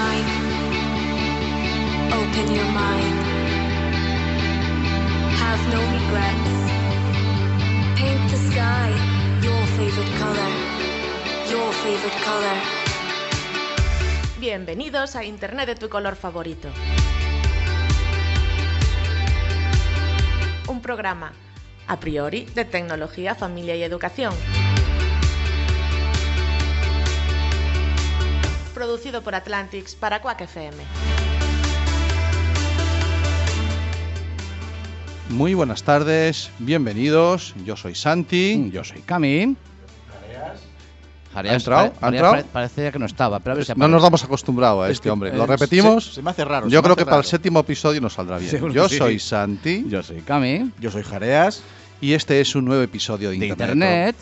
time. Open your mind. Have no regrets. Paint the sky your favorite color. Your favorite color. Bienvenidos a Internet de tu color favorito. Un programa, a priori, de tecnología, familia y educación. Producido por Atlantics para Quack FM. Muy buenas tardes, bienvenidos. Yo soy Santi. Yo soy Cami. ¿Ha Jareas. entrado? pare- ¿Ha Jareas entrado? Pues pare- parecía que no estaba, pero a ver si No aparece. nos hemos acostumbrado a este que, hombre. eh, Lo se- repetimos. Se me hace raro. se Yo me creo hace que para el raro. séptimo episodio nos saldrá bien. Seguro Yo que sí. soy Santi Yo soy Cami. Yo soy Jareas. y este es un nuevo episodio de, De internet.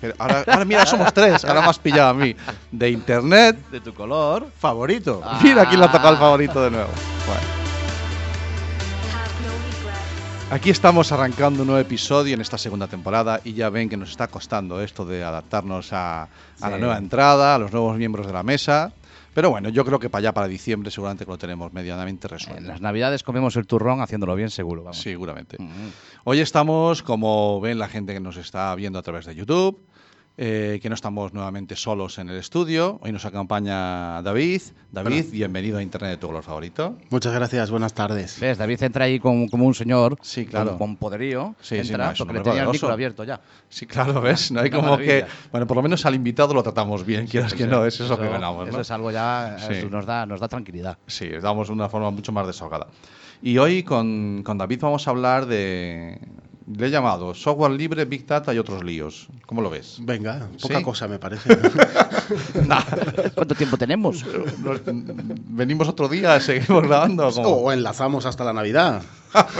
Pero ahora, ahora mira, somos tres. Ahora me has pillado a mí. De internet. De tu color. Favorito. Ah. Mira quién le ha tocado el favorito de nuevo. Bueno. Have no regrets. Aquí estamos arrancando un nuevo episodio en esta segunda temporada y ya ven que nos está costando esto de adaptarnos a, a la Sí. nueva entrada, a los nuevos miembros de la mesa. Pero bueno, yo creo que para allá, para diciembre, seguramente que lo tenemos medianamente En resuelto. las navidades comemos el turrón haciéndolo bien seguro, vamos. Seguramente. Mm. Hoy estamos, como ven la gente que nos está viendo a través de YouTube, eh, que no estamos nuevamente solos en el estudio. Hoy nos acompaña David. David, bienvenido a Internet de tu color favorito. Muchas gracias, buenas tardes. ¿Ves? David entra ahí con, como un señor. Sí, claro. Con, con poderío. Sí, sí, entra no, es un porque le hombre tenía el poderoso. micro abierto ya. Sí, claro, ¿ves? No hay Una como maravilla. que. Bueno, por lo menos al invitado lo tratamos bien, quieras que no, eso es lo que ganamos. ¿no? Eso es algo ya. Sí. eso nos, da, nos da tranquilidad. Sí, damos una forma mucho más desahogada. Y hoy con, con David vamos a hablar de. Le he llamado software libre, Big Data y otros líos. ¿Cómo lo ves? Venga, ¿Sí? poca cosa me parece. ¿Cuánto tiempo tenemos? Nos- Venimos otro día, seguimos grabando. como- o enlazamos hasta la Navidad.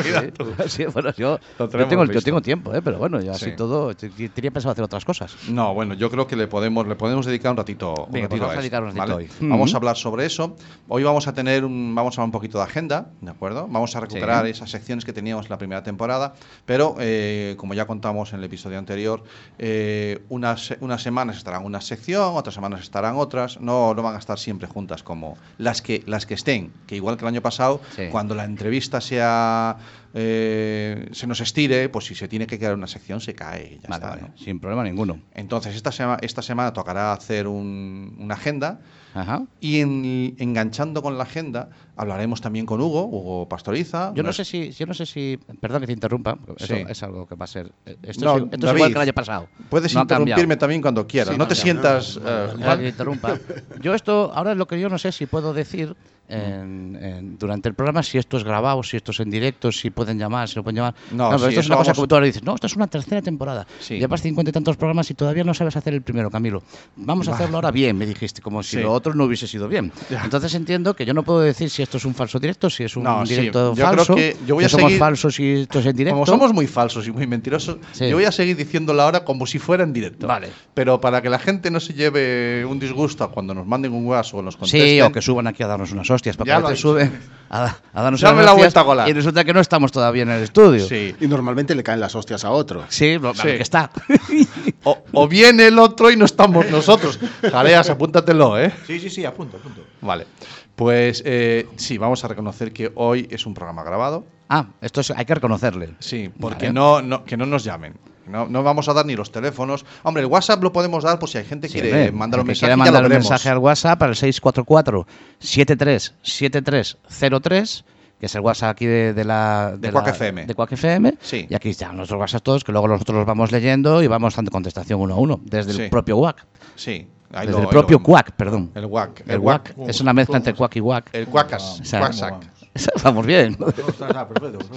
Mira Sí, tú. sí, bueno, yo, Lo yo tenemos tengo, yo listo. tengo tiempo, ¿eh? pero bueno, yo así Sí. todo. te- te- Tenía pensado hacer otras cosas. No, bueno, yo creo que le podemos, le podemos dedicar un ratito, un Venga, ratito pues vamos a dedicar un ratito ¿vale? hoy. Vamos a Ujú. hablar sobre eso. Hoy vamos a tener un, vamos a hablar un poquito de agenda, ¿de acuerdo? Vamos a recuperar Sí. esas secciones que teníamos en la primera temporada, pero eh, como ya contamos en el episodio anterior, eh, unas, se- unas semanas estarán una sección, otras semanas estarán otras, no, no van a estar siempre juntas como las que, las que estén, que igual que el año pasado, Sí. cuando la entrevista sea... eh, se nos estire, pues si se tiene que quedar una sección, se cae. y Ya Vale, está, vale, ¿no? sin problema ninguno. Entonces, esta, sema- esta semana tocará hacer un- una agenda Ajá. y en- enganchando con la agenda hablaremos también con Hugo, Hugo Pastoriza. Yo no es- sé si, yo no sé si, perdón que te interrumpa, eso Sí. es algo que va a ser. eh, Esto, No, es, esto es David, igual que el año pasado. Puedes No ha cambiado. interrumpirme también cuando quieras. Sí, no no te ha cambiado. sientas... Vale, eh, Perdón que te interrumpa. Yo esto, ahora lo que yo no sé si puedo decir en- en- durante el programa, si esto es grabado, si esto es en directo, si pueden llamar, si no pueden llamar. No, pero sí, esto es eso una cosa vamos- como tú ahora dices, no, esto es una tercera temporada. Sí. Llevas cincuenta y tantos programas y todavía no sabes hacer el primero, Camilo. Vamos a hacerlo ahora bien, me dijiste, como si Sí. lo otro no hubiese sido bien. Entonces entiendo que yo no puedo decir si esto es un falso directo, si es un No, sí, directo yo creo falso, que yo voy a somos seguir- falsos si esto es en directo. Como somos muy falsos y muy mentirosos, Sí. yo voy a seguir diciéndolo ahora como si fuera en directo. Vale. Pero para que la gente no se lleve un disgusto a cuando nos manden un WhatsApp o nos contesten... Sí, o que suban aquí a darnos unas hostias. Ya Papá, lo que he suben a, a darnos Dame unas la hostias vuelta a colar. Y resulta que no estamos todavía en el estudio. Sí. Y normalmente le caen las hostias a otro. Sí, lo- Sí. a ver que está. O, o viene el otro y no estamos nosotros. Jareas, apúntatelo, ¿eh? Sí, sí, sí, apunto, apunto. Vale. Pues eh, sí, vamos a reconocer que hoy es un programa grabado. Ah, esto es- hay que reconocerle. Sí, porque Vale. no, no- que no nos llamen. No, no vamos a dar ni los teléfonos. Hombre, el WhatsApp lo podemos dar por si hay gente que Sí, quiere hombre, mandar un el que mensaje. quiera ya mandar lo un veremos. mensaje al WhatsApp al 644-737303, que es el WhatsApp aquí de, de la... De la- Quack FM. De Quack FM. Sí. Y aquí están nuestros WhatsApp todos, que luego nosotros los vamos leyendo y vamos dando contestación uno a uno, desde Sí. el propio WAC. Sí, ahí Desde lo- el ahí propio lo- Quack, perdón. El WAC. El WAC. Es una mezcla entre Quack y WAC. El Quacas. O sea, Quacsac. Vamos bien. ah,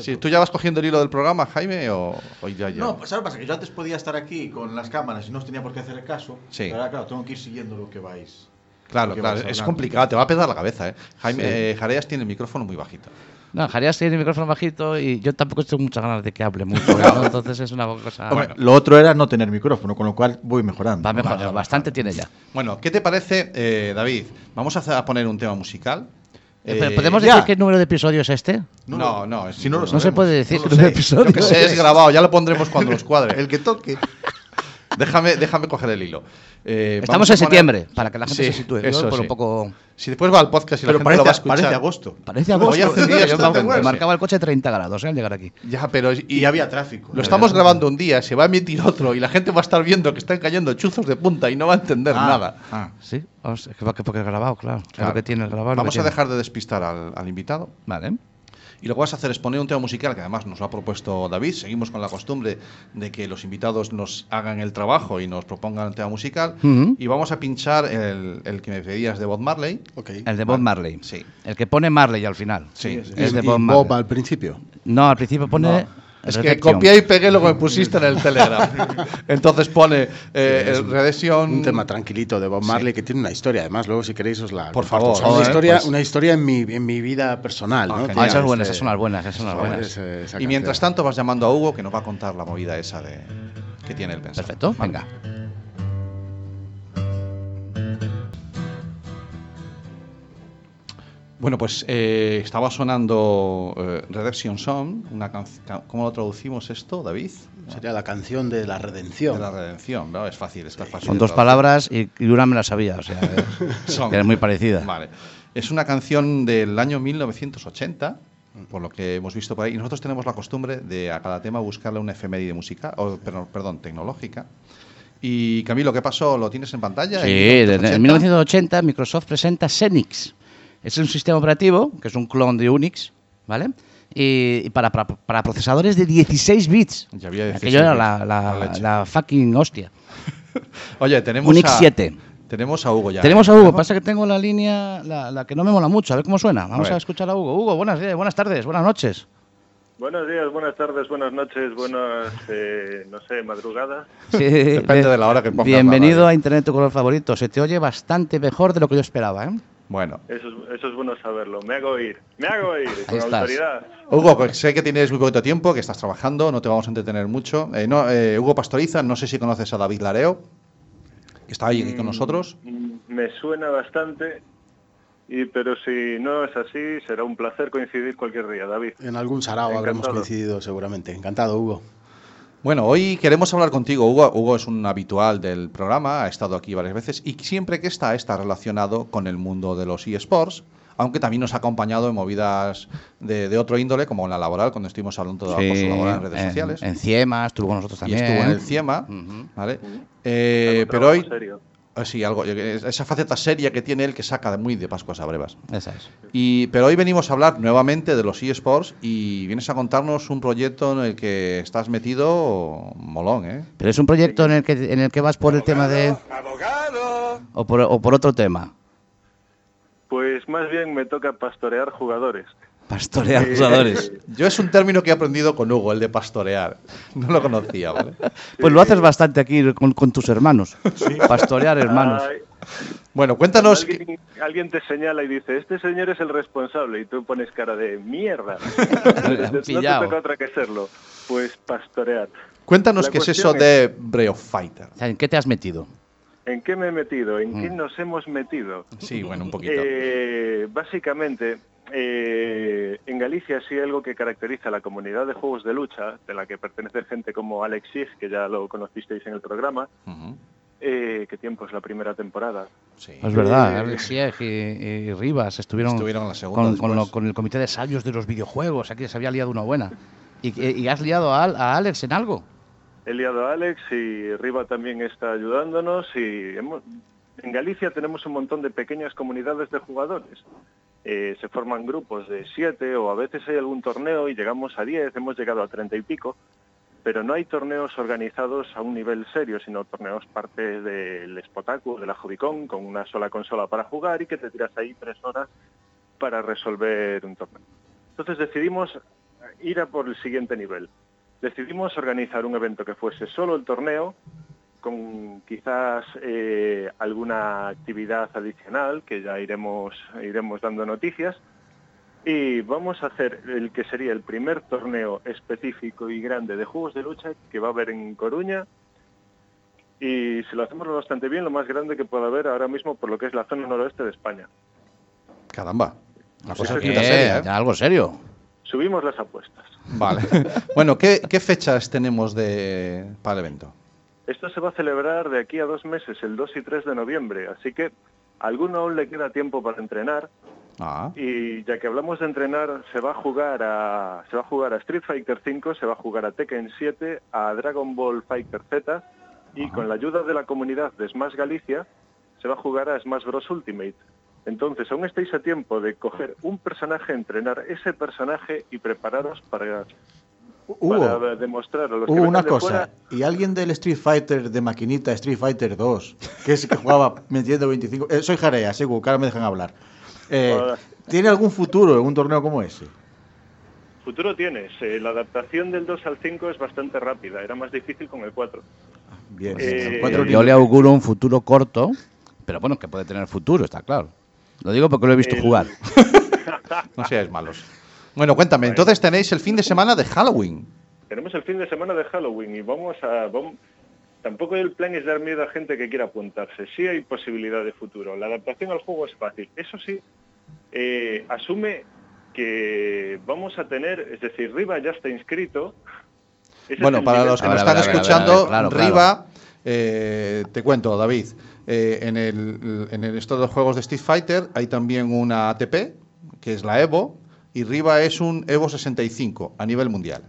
Sí, ¿Tú ya vas cogiendo el hilo del programa, Jaime? O, o ya, ya? No, pues ahora pasa que yo antes podía estar aquí con las cámaras y no os tenía por qué hacer caso. Sí. Pero ahora, claro, tengo que ir siguiendo lo que vais. Claro, Porque claro, vas es hablando. complicado, te va a pesar la cabeza, ¿eh? Jaime, Sí. eh, Jareas tiene el micrófono muy bajito. No, Jareas tiene el micrófono bajito y yo tampoco tengo muchas ganas de que hable mucho, ¿no? entonces es una Ah, cosa... Hombre, Lo otro era no tener micrófono, con lo cual voy mejorando. va a mejorar, bastante tiene ya. Bueno, ¿qué te parece, eh, David? Vamos a, hacer- a poner un tema musical. Eh, Eh, pero ¿Podemos ya. decir qué número de episodio es este? No, no, no, es- Si no lo No se sabemos, puede decir no lo el sé. episodio. este. Yo que sé, es grabado, ya lo pondremos cuando los cuadre. El que toque. Déjame, déjame coger el hilo. Eh, Estamos vamos a en poner- septiembre, para que la gente Sí, se sitúe. Yo eso por sí. un poco... Si después va al podcast y la Pero gente parece, lo va a escuchar. parece agosto. Parece Hoy agosto. hace tío, días yo que me tenemos. marcaba el coche 30 grados, ¿eh? Al llegar aquí. Ya, pero y, Y, había Eh, tráfico. lo estamos grabando un día, se va a emitir otro y la gente va a estar viendo que están cayendo chuzos de punta y no va a entender Ah, nada. ah. Sí, vamos, es que va- que porque es grabado, claro. Es Claro. lo que tiene el grabado. es lo Vamos que a tiene. dejar de despistar al, al invitado. Vale. Y lo que vas a hacer es poner un tema musical que además nos lo ha propuesto David. Seguimos con la costumbre de que los invitados nos hagan el trabajo y nos propongan el tema musical. Ujú. Y vamos a pinchar el, el que me pedías de Bob Marley. Ok. El de Bob Marley. Sí. El que pone Marley al final. Sí, Y- Es de y Bob Marley. Bob al principio. No, al principio pone. Es que Redemption. copié y pegué lo que me pusiste en el Telegram. Entonces pone eh, es eh, un- Redemption- Un tema tranquilito de Bob Marley que tiene una historia, además. Luego, si queréis, os la. Por favor. comparto. O sea, una, Joder, historia, pues- una historia en mi, en mi vida personal. Ah, ¿no? genial. Ah, esas Este- buenas, esas son las buenas, esas son las Ah, buenas. es, eh, esa Y mientras canción. tanto vas llamando a Hugo que nos va a contar la movida esa de que tiene el pensamiento. Perfecto, venga. Bueno, pues eh, estaba sonando eh, Redemption Song, una canc- ca- ¿cómo lo traducimos esto, David? Sería la canción de la redención. De la redención, ¿no? Es fácil, está fácil. Son de dos traducir. palabras y, y una me la sabía, o sea, eh, Song. que es muy parecida. Vale. Es una canción del año 1980, por lo que hemos visto por ahí. Y nosotros tenemos la costumbre de a cada tema buscarle una efeméride musical, o, pero- perdón, tecnológica. Y Camilo, ¿qué pasó? ¿Lo tienes en pantalla? Sí, ¿En 1980? desde- en 1980 Microsoft presenta Xenix. Es un sistema operativo que es un clon de Unix, ¿vale? Y, y para, para- para procesadores de 16 bits. Ya había 16 Aquello era bits, la, la- la leche. la fucking hostia. Oye, tenemos Unix a, 7. Tenemos a Hugo ya. ¿eh? Tenemos a Hugo, ¿Tenemos? pasa que tengo la línea, la, la que no me mola mucho, a ver cómo suena. Vamos a, ver. escuchar a Hugo. Hugo, buenas, eh, buenas tardes, buenas noches. Buenos días, buenas tardes, buenas noches, buenas, eh, no sé, madrugadas. Sí, eh, Depende de la hora que pongas la Bienvenido radio. a Internet tu color favorito. Se te oye bastante mejor de lo que yo esperaba. ¿eh? Bueno. Eso es, eso es bueno saberlo. Me hago ir, me hago ir, con estás. autoridad. Hugo, pues sé que tienes muy poquito tiempo, que estás trabajando, no te vamos a entretener mucho. Eh, no, eh, Hugo Pastoriza, no sé si conoces a David Lareo, que está ahí con nosotros. Mm, Me suena bastante, y pero si no es así, será un placer coincidir cualquier día, David. En algún sarao habremos Encantado. coincidido seguramente. Encantado, Hugo. Bueno, hoy queremos hablar contigo. Hugo, Hugo es un habitual del programa, ha estado aquí varias veces y siempre que está, está relacionado con el mundo de los eSports, aunque también nos ha acompañado en movidas de, de otro índole, como en la laboral, cuando estuvimos hablando de la acoso laboral en redes sociales. En Ciemas, estuvo con nosotros y también. estuvo en el CIEMA, Ujú. ¿vale? Eh, Algo pero hoy, trabajo serio. Ah, sí, algo, eh, esa faceta seria que tiene él que saca de muy de Pascuas a Brevas. Esa es. Y, pero hoy venimos a hablar nuevamente de los eSports y vienes a contarnos un proyecto en el que estás metido molón, ¿eh? Pero es un proyecto en el que, en el que vas por el tema de... O por, o por otro tema. Pues más bien me toca pastorear jugadores. Pastorear Eh, jugadores. Yo es un término que he aprendido con Hugo, el de pastorear. No lo conocía, ¿vale? Pues lo haces bastante aquí con, con tus hermanos. Pastorear hermanos. Ay, Bueno, cuéntanos... que- alguien, alguien te señala y dice, este señor es el responsable, y tú pones cara de mierda. han no te pillado. toca otra que serlo. Pues pastorear. Cuéntanos La qué es cuestión eso de Breath of Fighter. O sea, ¿En qué te has metido? ¿En qué me he metido? ¿En qué nos hemos metido? Sí, bueno, Mm. un poquito. Eh, básicamente, eh, en Galicia sí hay algo que caracteriza a la comunidad de juegos de lucha, de la que pertenece gente como Alex Sig, que ya lo conocisteis en el programa, Ujú, eh, que tiempo es la primera temporada. sí. Es verdad, Eh, Alex Sieg y, y Rivas estuvieron, Estuvieron en la segunda con, con lo- después. con el comité de sabios de los videojuegos. Aquí se había liado una buena. Y, y has liado a, Al- a Alex en algo. He liado a Alex y Riva también está ayudándonos y hemos- en Galicia tenemos un montón de pequeñas comunidades de jugadores. Eh, se forman grupos de siete o a veces hay algún torneo y llegamos a diez, hemos llegado a treinta y pico, pero no hay torneos organizados a un nivel serio, sino torneos parte del Spotaku, de la Jobicon, con una sola consola para jugar y que te tiras ahí tres horas para resolver un torneo. Entonces decidimos ir a por el siguiente nivel decidimos organizar un evento que fuese solo el torneo con quizás eh, alguna actividad adicional que ya iremos, iremos dando noticias. Y vamos a hacer el que sería el primer torneo específico y grande de juegos de lucha que va a haber en Coruña. Y si lo hacemos lo bastante bien, lo más grande que pueda haber ahora mismo por lo que es la zona noroeste de España. Caramba. Una cosa sí, pinta Eh, seria, ¿eh? Algo serio. Subimos las apuestas. Vale. bueno, ¿qué, qué fechas tenemos de, para el evento? Esto se va a celebrar de aquí a dos meses, el 2 y 3 de noviembre, así que a alguno aún le queda tiempo para entrenar Ah, y ya que hablamos de entrenar, se va a jugar a se va a jugar a Street Fighter 5, se va a jugar a Tekken 7, a Dragon Ball Fighter Z y con la ayuda de la comunidad de Smash Galicia se va a jugar a Smash Bros Ultimate. Entonces, aún estáis a tiempo de coger un personaje, entrenar ese personaje y prepararos para, para Hubo, demostrar a los que hubo vengan una de cosa. fuera Y alguien del Street Fighter de maquinita, Street Fighter 2, que es que jugaba metiendo 25. eh, soy Jarea, seguro, que ahora me dejan hablar. Eh, Hola. ¿Tiene algún futuro en un torneo como ese? Futuro tienes. eh, la adaptación del 2 al 5 es bastante rápida. Era más difícil con el 4. Bien, Eh, cuatro Yo- yo niveles. le auguro un futuro corto, pero bueno, que puede tener futuro, está claro. Lo digo porque lo he visto El- jugar. no seáis malos. Bueno, cuéntame, entonces tenéis el fin de semana de Halloween. Tenemos el fin de semana de Halloween y vamos a... vam- Tampoco el plan es dar miedo a gente que quiera apuntarse. Sí hay posibilidad de futuro. La adaptación al juego es fácil. Eso sí, eh, asume que vamos a tener... Es decir, Riva ya está inscrito. Ese es Bueno, el para nivel- los que A nos están ver, a ver, a ver, a escuchando, ver, claro, claro. Riva, eh, te cuento, David, eh, en, el, en el, esto de los juegos de Street Fighter hay también una ATP, que es la Evo, y Riva es un Evo 65 a nivel mundial.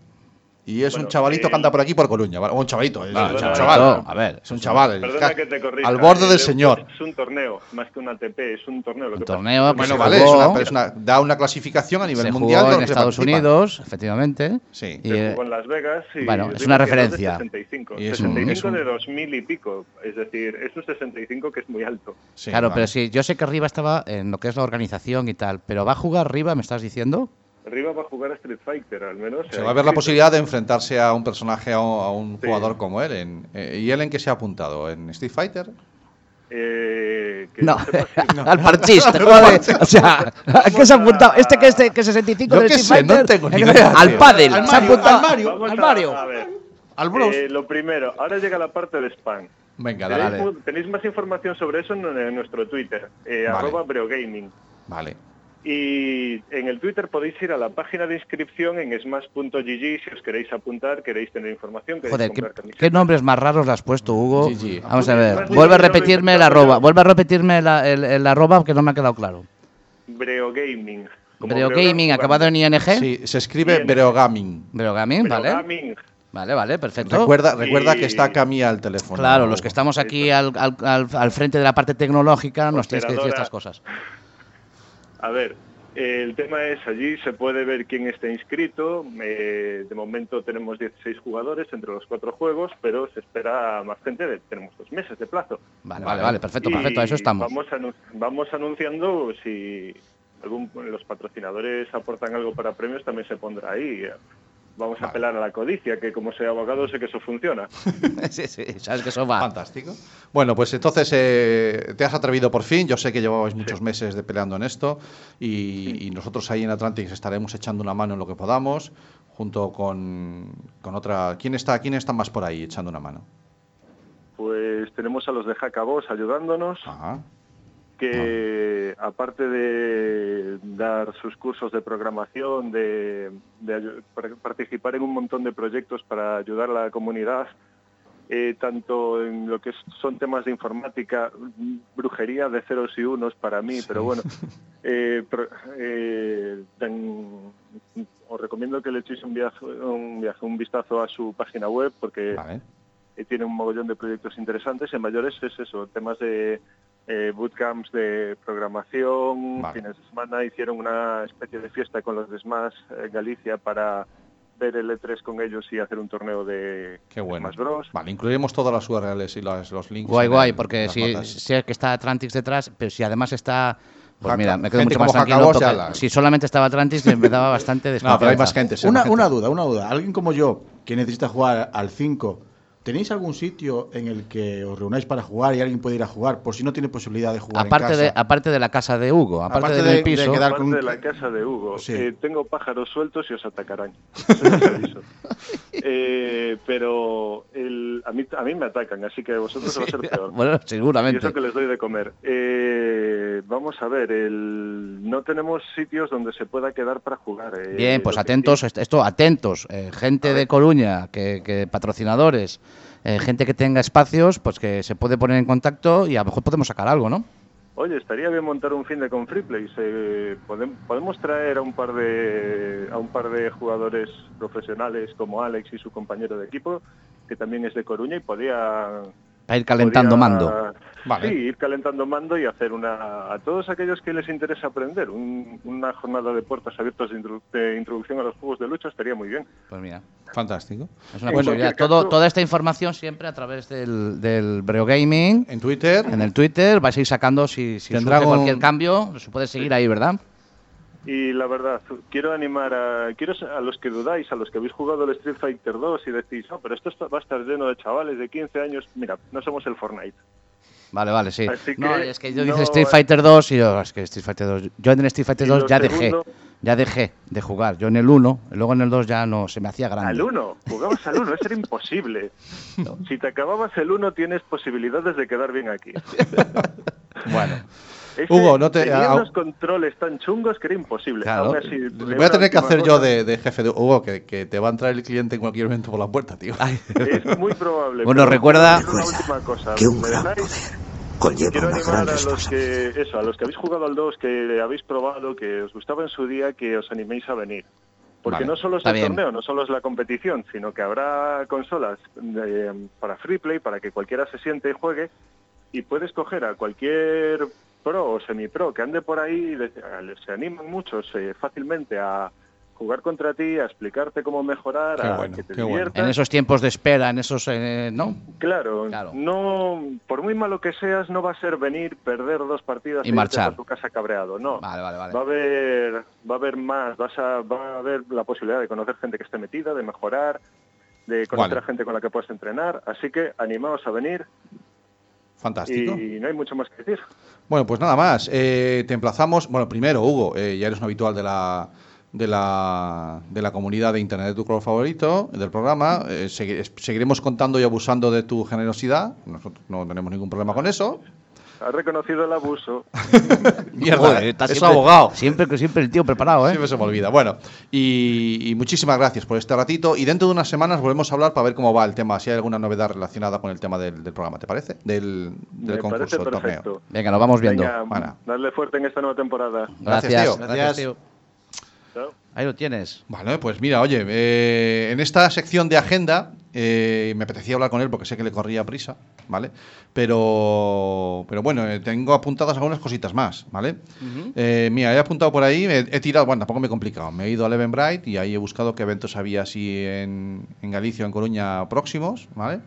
Y es Bueno, eh, un chavalito que el- anda por aquí, por Coluña. ¿vale? Un chavalito, es No, un chaval, chaval. Ah, no, a ver, es un chaval. ca- Perdona que te corrija. al borde el del Evo señor. Es un torneo, más que un ATP, es un torneo. Lo Un que pasa- torneo que Bueno, se vale, es jugó, una- es una- da una clasificación a nivel se mundial. jugó de en los que Estados participan. Unidos, efectivamente. Sí. Y, Se eh, jugó en Las Vegas y bueno, es River una quedó de referencia. 65, Y es un- 65 es un- de 2000 y pico, es decir, es un 65 que es muy alto. Sí, claro, vale. pero sí, yo sé que Riva estaba en lo que es la organización y tal, pero va a jugar Riva, me estás diciendo. Riva va a jugar a Street Fighter, al menos. Se eh, va a ver la sí, posibilidad de enfrentarse a un personaje, a un, a un Sí. jugador como él. en- eh, ¿Y él en qué se ha apuntado? ¿En Street Fighter? eh, que No, yo sepa, sí, al parchís. te joder. o sea, ¿a qué se ha apuntado? Este que es de- que es 65 Yo del qué Street sé, no Fighter, tengo ni eh, idea, Al tío. pádel. Al se ha Mario, apuntado al Mario. vamos al a- Mario. A, ver, ¿Al Bros? eh, lo primero, ahora llega la parte del spam. Venga, Tenéis, dale. mu- tenéis más información sobre eso en, en nuestro Twitter, eh, Vale. arroba breogaming. Vale. Y en el Twitter podéis ir a la página de inscripción en smash.gg si os queréis apuntar, queréis tener información, queréis Joder, ¿qué, comprar camisetas. qué nombres más raros le has puesto, Hugo? GG. Vamos a Más ver. Pues Vuelve a de un millón de repetirme el espectadores. arroba. Vuelve a repetirme la- el, el arroba que no me ha quedado claro. Breo Gaming. Como Breo Gaming, acabado en ING. Sí, se escribe Bien. Breogaming. Breo Gaming, Breo ¿vale? Gaming. Vale, vale, perfecto. Recuerda, recuerda Y- que está Cami al teléfono. Claro, los que estamos aquí pues. al, al- al- al frente de la parte tecnológica nos tienes que decir Operadora. estas cosas. A ver, eh, el tema es, allí se puede ver quién está inscrito. Eh, de momento tenemos 16 jugadores entre los cuatro juegos, pero se espera más gente, de- tenemos dos meses de plazo. Vale, vale, vale, perfecto, perfecto, a eso Y estamos. Vamos, anu- vamos anunciando si algún, los patrocinadores aportan algo para premios, también se pondrá ahí. Vamos a apelar a la codicia, que como soy abogado sé que eso funciona. sí, sí, sabes que eso va. Fantástico. Bueno, pues entonces eh, te has atrevido por fin. Yo sé que llevabais muchos meses de peleando en esto y, y nosotros ahí en Atlantis estaremos echando una mano en lo que podamos junto con, con otra... ¿Quién está, ¿Quién está más por ahí echando una mano? Pues tenemos a los de Hackabos ayudándonos. Ajá. que aparte de dar sus cursos de programación, de, de ayu- par- participar en un montón de proyectos para ayudar a la comunidad, eh, tanto en lo que es- son temas de informática, mm, brujería de ceros y unos para mí, pero bueno, eh, pro- eh, tan- os recomiendo que le echéis un, viazo- un, viazo- un vistazo a su página web porque Vale. eh, tiene un mogollón de proyectos interesantes. En mayores es eso, temas de eh, bootcamps de programación. Vale. Fines de semana hicieron una especie de fiesta con los de Smash eh, Galicia para ver el E3 con ellos y hacer un torneo de Qué bueno. Smash Bros. Vale, incluiremos todas las URLs y las- los links. Guay, en guay, el- porque las si, notas. si es que está Atlantis detrás, pero si además está. Pues Jaca- mira, me quedo gente mucho más como tranquilo. Jacobos, porque ya la- Si solamente estaba Atlantis, me daba bastante No, desconfianza. pero hay más gente. sí, hay Una, más gente. una duda, una duda. Alguien como yo, que necesita jugar al 5 ¿Tenéis algún sitio en el que os reunáis para jugar y alguien puede ir a jugar por si no tiene posibilidad de jugar Aparte en casa? de, aparte de la casa de Hugo, aparte, Aparte del de- piso. de quedar- Aparte con- de la casa de Hugo. Sí. Eh, tengo pájaros sueltos y os atacarán. Eso os aviso. Eh, pero el- a, mí, a mí me atacan, así que a vosotros va a ser peor. Bueno, Y seguramente. eso que les doy de comer. Eh, vamos a ver, el, no tenemos sitios donde se pueda quedar para jugar. eh, Bien, pues lo que atentos, sí- est- esto, atentos, eh, gente de Coruña, que, que patrocinadores, eh, gente que tenga espacios, pues que se puede poner en contacto y a lo mejor podemos sacar algo, ¿no? Oye, estaría bien montar un fin de con free plays. eh, podem- podemos traer a un par de a un par de jugadores profesionales como Alex y su compañero de equipo, que también es de Coruña y podía Para ir calentando podía- mando. Vale. Sí, ir calentando mando y hacer una a todos aquellos que les interesa aprender un- una jornada de puertas abiertas de, introdu- de introducción a los juegos de lucha estaría muy bien. Pues mira, Fantástico. es una posibilidad. En cualquier caso- Todo, toda esta información siempre a través del, del Breo Gaming, En Twitter, en el Twitter, vais a ir sacando si, si Tendrá surge un- cualquier cambio, se puede seguir ahí, ¿verdad? Y la verdad, quiero animar a, quiero a los que dudáis, a los que habéis jugado el Street Fighter 2 y decís, no, pero esto está- va a estar lleno de chavales de 15 años. Mira, no somos el Fortnite. Vale, vale, sí. Así no, que es que yo no- dije Street Fighter 2 y yo, es que Street Fighter 2, yo en el Street Fighter Y 2 lo ya segundo- dejé, ya dejé de jugar. Yo en el 1, luego en el 2 ya no, se me hacía grande. Al 1, jugabas al 1, eso era imposible. Si te acababas el 1 tienes posibilidades de quedar bien aquí. bueno. Ese Hugo, no te- tenía ah, unos controles tan chungos que era imposible. Claro. Aún así, Voy una a tener que última hacer yo cosa. de, de jefe de Hugo, que, que te va a entrar el cliente en cualquier momento por la puerta, tío. Es muy probable. Bueno, pero recuerda- una última cosa. que un ¿Me gran dejáis? poder conlleva Quiero una animar gran a los responsabilidad. que, eso, a los que habéis jugado al 2, que habéis probado, que os gustaba en su día, que os animéis a venir. Porque Vale, no solo es está el bien. torneo, no solo es la competición, sino que habrá consolas eh, para free play, para que cualquiera se siente y juegue, y puedes coger a cualquier pro o semi-pro que ande por ahí, y les- a- les- se animan muchos eh, fácilmente a jugar contra ti, a explicarte cómo mejorar, Qué a bueno, que te qué bueno. diviertas. En esos tiempos de espera, en esos, eh, ¿no? Claro, Claro. no, por muy malo que seas, no va a ser venir, perder dos partidas Y e irte marchar. a tu casa cabreado, no. Vale, vale, vale. Va a haber, va a haber más, vas a, va a haber la posibilidad de conocer gente que esté metida, de mejorar, de conocer Vale. a gente con la que puedas entrenar, así que animaos a venir Fantástico. y no hay mucho más que decir. Bueno, pues nada más. Eh, te emplazamos. Bueno, primero, Hugo, eh, ya eres un habitual de la. De la, de la comunidad de Internet de tu color favorito, del programa. Eh, segui- es- seguiremos contando y abusando de tu generosidad. Nosotros no tenemos ningún problema con eso. Has reconocido el abuso. Mierda, Joder, eso eh, está siempre- abogado. Siempre, que- siempre el tío preparado, ¿eh? Siempre se me olvida. Bueno, y, y muchísimas gracias por este ratito. Y dentro de unas semanas volvemos a hablar para ver cómo va el tema, si hay alguna novedad relacionada con el tema del, del programa, ¿te parece? Del, del Me concurso, parece del torneo. perfecto. Venga, nos vamos viendo. Venga, Ana. darle fuerte en esta nueva temporada. Gracias, Gracias, tío. Gracias. Chao. Ahí lo tienes. Vale, pues mira, oye, eh, en esta sección de agenda eh, me apetecía hablar con él porque sé que le corría prisa, ¿vale? Pero, pero bueno, eh, tengo apuntadas algunas cositas más, ¿vale? Eh, mira, he apuntado por ahí, he, he tirado, bueno, tampoco me he complicado, me he ido a Leven Bright y ahí he buscado qué eventos había así en, en Galicia o en Coruña próximos, ¿vale?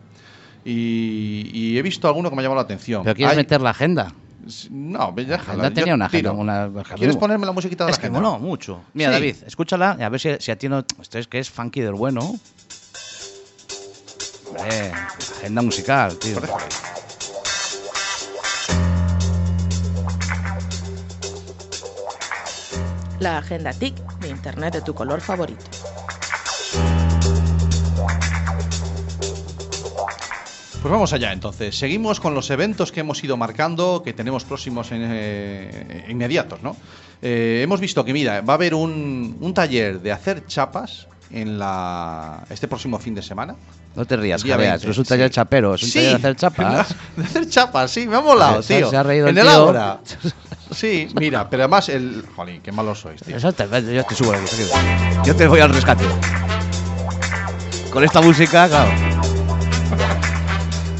Y, y he visto alguno que me ha llamado la atención. Pero quieres Hay- meter la agenda. No, déjala, agenda yo tenía una agenda, tiro. una agenda. ¿Quieres ponerme la musiquita de Es la que agenda? moló mucho. Mira, Sí. David, escúchala y a ver si, si a ti no. Esto es que es funky del bueno. Hombre, agenda musical, tío. La agenda TIC de Internet de tu color favorito. Pues vamos allá entonces. Seguimos con los eventos que hemos ido marcando, que tenemos próximos en, eh, inmediatos, ¿no? Eh, hemos visto que, mira, va a haber un, un taller de hacer chapas en la este próximo fin de semana. No te rías, El día Jareas. 20, Es un taller sí. chapero, es Pues un Sí, taller de hacer chapas. De hacer chapas, sí, me ha molado, Se- tío. se ha reído en el el tío. Ágora. Sí, mira, pero además el. Jolín, qué malos sois, tío. Eso te- yo te subo la música. Yo te voy al rescate. Con esta música, claro.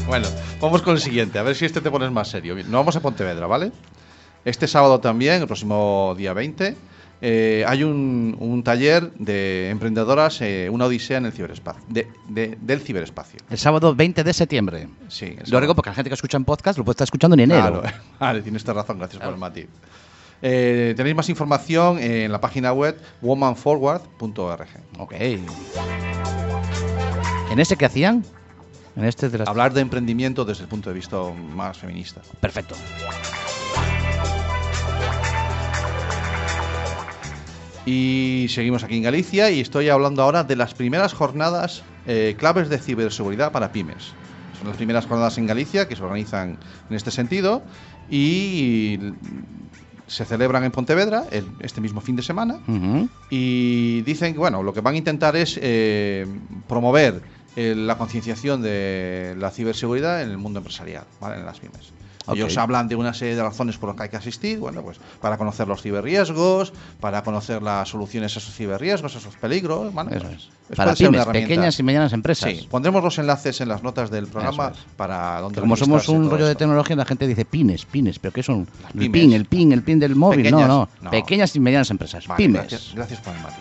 Bueno, vamos con el siguiente, a ver si este te pones más serio. No vamos a Pontevedra, ¿vale? Este sábado también, el próximo día 20, eh, hay un, un taller de emprendedoras, eh, una odisea en el ciberespacio, de- de- del ciberespacio. El sábado 20 de septiembre. Sí, el Lo sábado. digo porque la gente que escucha en podcast lo puede estar escuchando en enero. Claro, vale, tienes toda razón, gracias por el matiz. Eh, tenéis más información en la página web womanforward.org. Ok. ¿En ese qué este hacían? En este de las- Hablar de emprendimiento desde el punto de vista más feminista. Perfecto. Y seguimos aquí en Galicia y estoy hablando ahora de las primeras jornadas eh, claves de ciberseguridad para pymes. Son las primeras jornadas en Galicia que se organizan en este sentido y l- se celebran en Pontevedra el- este mismo fin de semana. Ujú. Y dicen que bueno, lo que van a intentar es eh, promover eh, la concienciación de la ciberseguridad en el mundo empresarial, ¿vale? en las pymes. Ok. Ellos hablan de una serie de razones por las que hay que asistir, bueno, pues para conocer los ciberriesgos, para conocer las soluciones a esos ciberriesgos, a esos peligros, bueno, Eso pues, es. pues Para puede ser una pymes, herramienta. pequeñas y medianas empresas. Sí, pondremos los enlaces en las notas del programa es. para donde Que Como somos registrarse un todo rollo de esto. tecnología, la gente dice pines, pines, pero ¿qué son? Las El pymes. pin, el pin, el pin del móvil. Pequeñas, no, no, no. Pequeñas y medianas empresas. Vale, pymes. Gracias, gracias por el mate.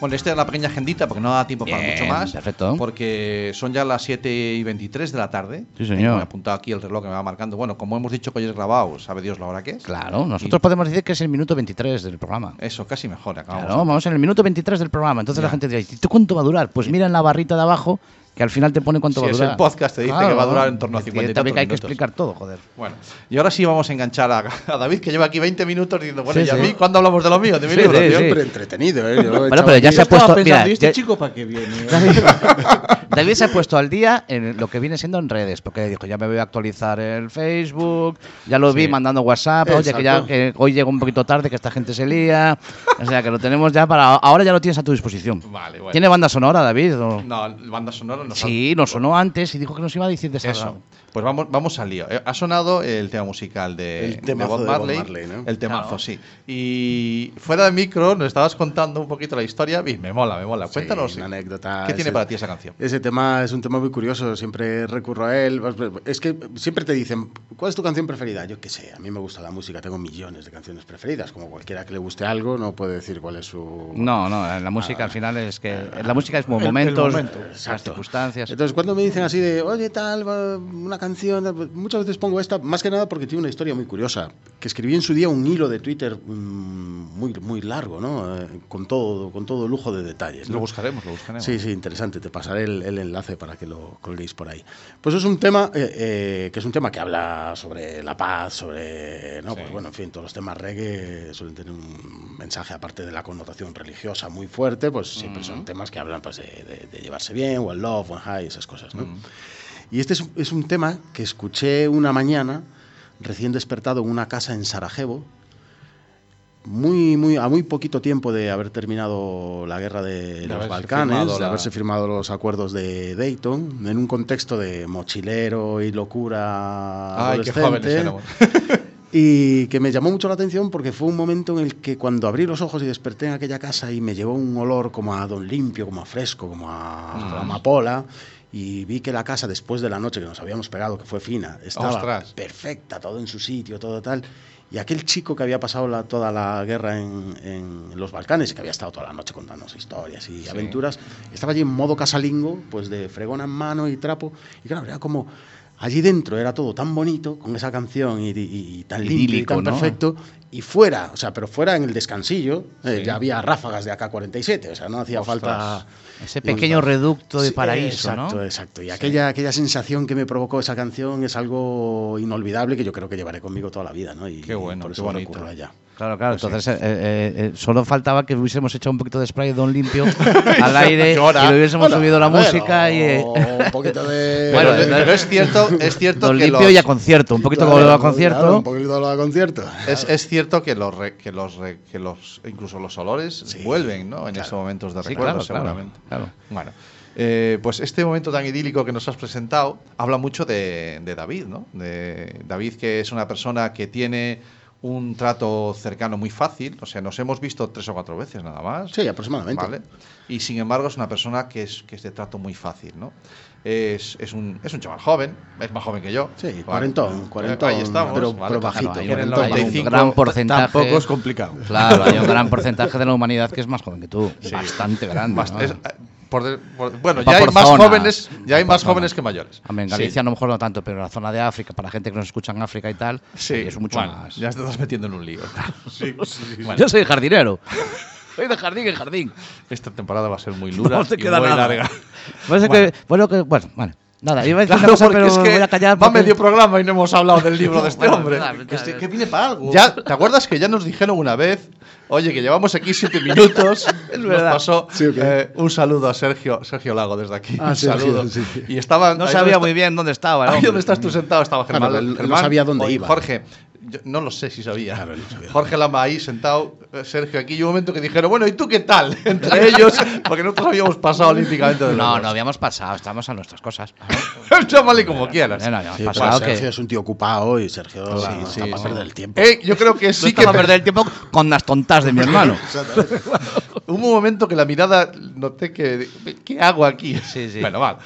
Bueno, esta es la pequeña agendita porque no da tiempo para Bien, mucho más. perfecto. Porque son ya las 7 y 23 de la tarde. Sí, señor. Tengo apuntado aquí el reloj que me va marcando. Bueno, como hemos dicho que hoy es grabado, sabe Dios la hora que es. Claro, nosotros podemos decir que es el minuto 23 del programa. Eso, casi mejor. Acabamos. Claro, vamos en el minuto 23 del programa. Entonces Ya. la gente dirá, ¿y tú cuánto va a durar? Pues mira en la barrita de abajo que al final te pone cuánto Si va a es durar. el podcast, te dice que va a durar en torno a es que 50 y también tantos hay que minutos. explicar todo, joder. Bueno, y ahora sí vamos a enganchar a, a David, que lleva aquí 20 minutos diciendo, bueno, Sí, ¿y a sí. mí cuándo hablamos de lo mío? De mi Sí, libro, sí, tío? sí. Siempre entretenido, ¿eh? Yo, Bueno, chaval, pero ya se ha puesto. mira, ¿y este ya- chico para qué viene? David se ha puesto al día en lo que viene siendo en redes, porque dijo, ya me voy a actualizar el Facebook, ya lo vi mandando WhatsApp, oye, que ya Exacto. que hoy llego un poquito tarde, que esta gente se lía, o sea, que lo tenemos ya para... Ahora ya lo tienes a tu disposición. Vale, bueno. ¿Tiene banda sonora, David? ¿O- No, banda sonora no sí, nos sonó antes y dijo que nos iba a decir de esa Eso. Pues vamos, vamos al lío. Eh, Ha sonado el tema musical de, El de temazo Bob de Bob Marley. Marley, ¿no? El temazo, sí. Y fuera de micro nos estabas contando un poquito la historia. Y me mola, me mola. Sí, Cuéntanos. una anécdota. ¿Qué tiene Ese- para ti esa canción? Ese tema es un tema muy curioso, siempre recurro a él. Es que siempre te dicen, ¿cuál es tu canción preferida? Yo qué sé, a mí me gusta la música, tengo millones de canciones preferidas. Como cualquiera que le guste algo, no puede decir cuál es su. No, no, eh, la música al final es que... La música es como El- el momentos, momento, las exacto. circunstancias... Entonces, cuando me dicen así de, oye, tal, va, una canción, tal", pues, muchas veces pongo esta, más que nada porque tiene una historia muy curiosa, que escribí en su día un hilo de Twitter mm, muy, muy largo, ¿no? Eh, Con todo, con todo lujo de detalles. Lo ¿no? buscaremos, lo buscaremos. Sí, sí, interesante. Te pasaré el, el enlace para que lo colguéis por ahí. Pues es un tema eh, eh, que es un tema que habla sobre la paz, sobre no, Sí. pues bueno, en fin, todos los temas reggae suelen tener un mensaje aparte de la connotación religiosa muy fuerte, pues siempre son temas que hablan pues, de, de- de llevarse bien, one love, one high, esas cosas, ¿no? Y este es, un- es un tema que escuché una mañana recién despertado en una casa en Sarajevo, muy, muy, a muy poquito tiempo de haber terminado la guerra de, los haberse Balcanes, firmado de la- haberse firmado los acuerdos de Dayton, en un contexto de mochilero y locura Ay, qué adolescente. jóvenes éramos. Y que me llamó mucho la atención porque fue un momento en el que cuando abrí los ojos y desperté en aquella casa y me llevó un olor como a don limpio, como a fresco, como Mm. a amapola. Y vi que la casa, después de la noche que nos habíamos pegado, que fue fina, estaba Ostras. perfecta, todo en su sitio, todo tal. Y aquel chico que había pasado la- toda la guerra en, en los Balcanes y que había estado toda la noche contándonos historias y aventuras, estaba allí en modo casalingo, pues de fregona en mano y trapo. Y claro, era como allí dentro era todo tan bonito con esa canción y, y- y tan limpio y Idílico, tan ¿no? perfecto. Y fuera, o sea, pero fuera en el descansillo, eh, Sí. ya había ráfagas de AK-47, o sea, no hacía Ostras. falta. Ese pequeño reducto de Sí, paraíso, exacto, ¿no? Exacto, Y aquella, aquella sensación que me provocó esa canción es algo inolvidable que yo creo que llevaré conmigo toda la vida, ¿no? Y, Qué bueno, y por qué eso bonito. recurro a ella. Claro, claro. Entonces, eh, eh, eh, solo faltaba que hubiésemos echado un poquito de spray don limpio al aire y Llora. le hubiésemos Bueno, subido la bueno, música y. eh, Un poquito de. Pero, Bueno, pero es cierto, es cierto don que limpio los- y a concierto. Un poquito como Claro, lo a claro, Un concierto. poquito de lo a concierto. Es, es cierto que los, re- que los re- que los incluso los olores vuelven, ¿no? En esos momentos de Sí, recuerdo, claro, claro, seguramente. claro. Bueno, eh, pues este momento tan idílico que nos has presentado habla mucho de, de David, ¿no? De David que es una persona que tiene un trato cercano muy fácil, o sea, nos hemos visto tres o cuatro veces nada más. Sí, aproximadamente. ¿vale? Y sin embargo es una persona que es, que es de trato muy fácil, ¿no? Es, es, un, es un chaval joven, es más joven que yo. Sí, Vale. Eh, cuarentón, cuarentón, Ahí estamos, pero- ¿vale? Claro, pero bajito. hay En el un, hay un 95 gran porcentaje. Tampoco es complicado. Claro, hay un gran porcentaje de la humanidad que es más joven que tú. Bastante grande. Bast- ¿no? es- eh, por de- por- bueno, Va ya hay por más zonas. jóvenes, ya hay Va más por jóvenes zonas. que mayores. Hombre, en Sí. Galicia a lo mejor no tanto, pero en la zona de África, para la gente que nos escucha en África y tal, Sí, es mucho bueno, más. Ya te estás metiendo en un lío. Bueno, Yo soy jardinero. soy de jardín en jardín. Esta temporada va a ser muy dura No te y queda muy nada. larga. Pues es que- bueno, que, bueno, vale. Nada, iba a decir Claro, una cosa, porque pero es que voy a callar. va porque- medio programa y no hemos hablado del libro de este Bueno, hombre. nada, Que, este- que viene para algo. Ya, ¿te acuerdas que ya nos dijeron una vez? Oye, que llevamos aquí siete minutos. nos verdad. pasó Sí, ok. eh, un saludo a Sergio, Sergio Lago desde aquí. Ah, un Sergio, saludo. sí, sí. Y estaban. No ahí sabía donde muy está- bien dónde estaba. el Ahí hombre. donde estás tú sentado estaba Germán. Claro, él- él no Germán sabía dónde o iba. Jorge, yo no lo sé si sabía. Claro, él no sabía. Jorge Lama ahí sentado, eh, Sergio aquí. Y un momento que dijeron, bueno, ¿y tú qué tal? Entre ellos, porque nosotros habíamos pasado olímpicamente de No, lejos. no habíamos pasado, estábamos a nuestras cosas. Ah, Llámale como quieras. No, no, habíamos Sí, pasado pero Sergio que. es un tío ocupado y Sergio Sí, no sí, está para sí. perder el tiempo. Eh, yo creo que sí no que estaba a perder el tiempo con las tontas de mi hermano. Hubo un momento que la mirada noté que. ¿Qué hago aquí? Sí, sí. Bueno, va.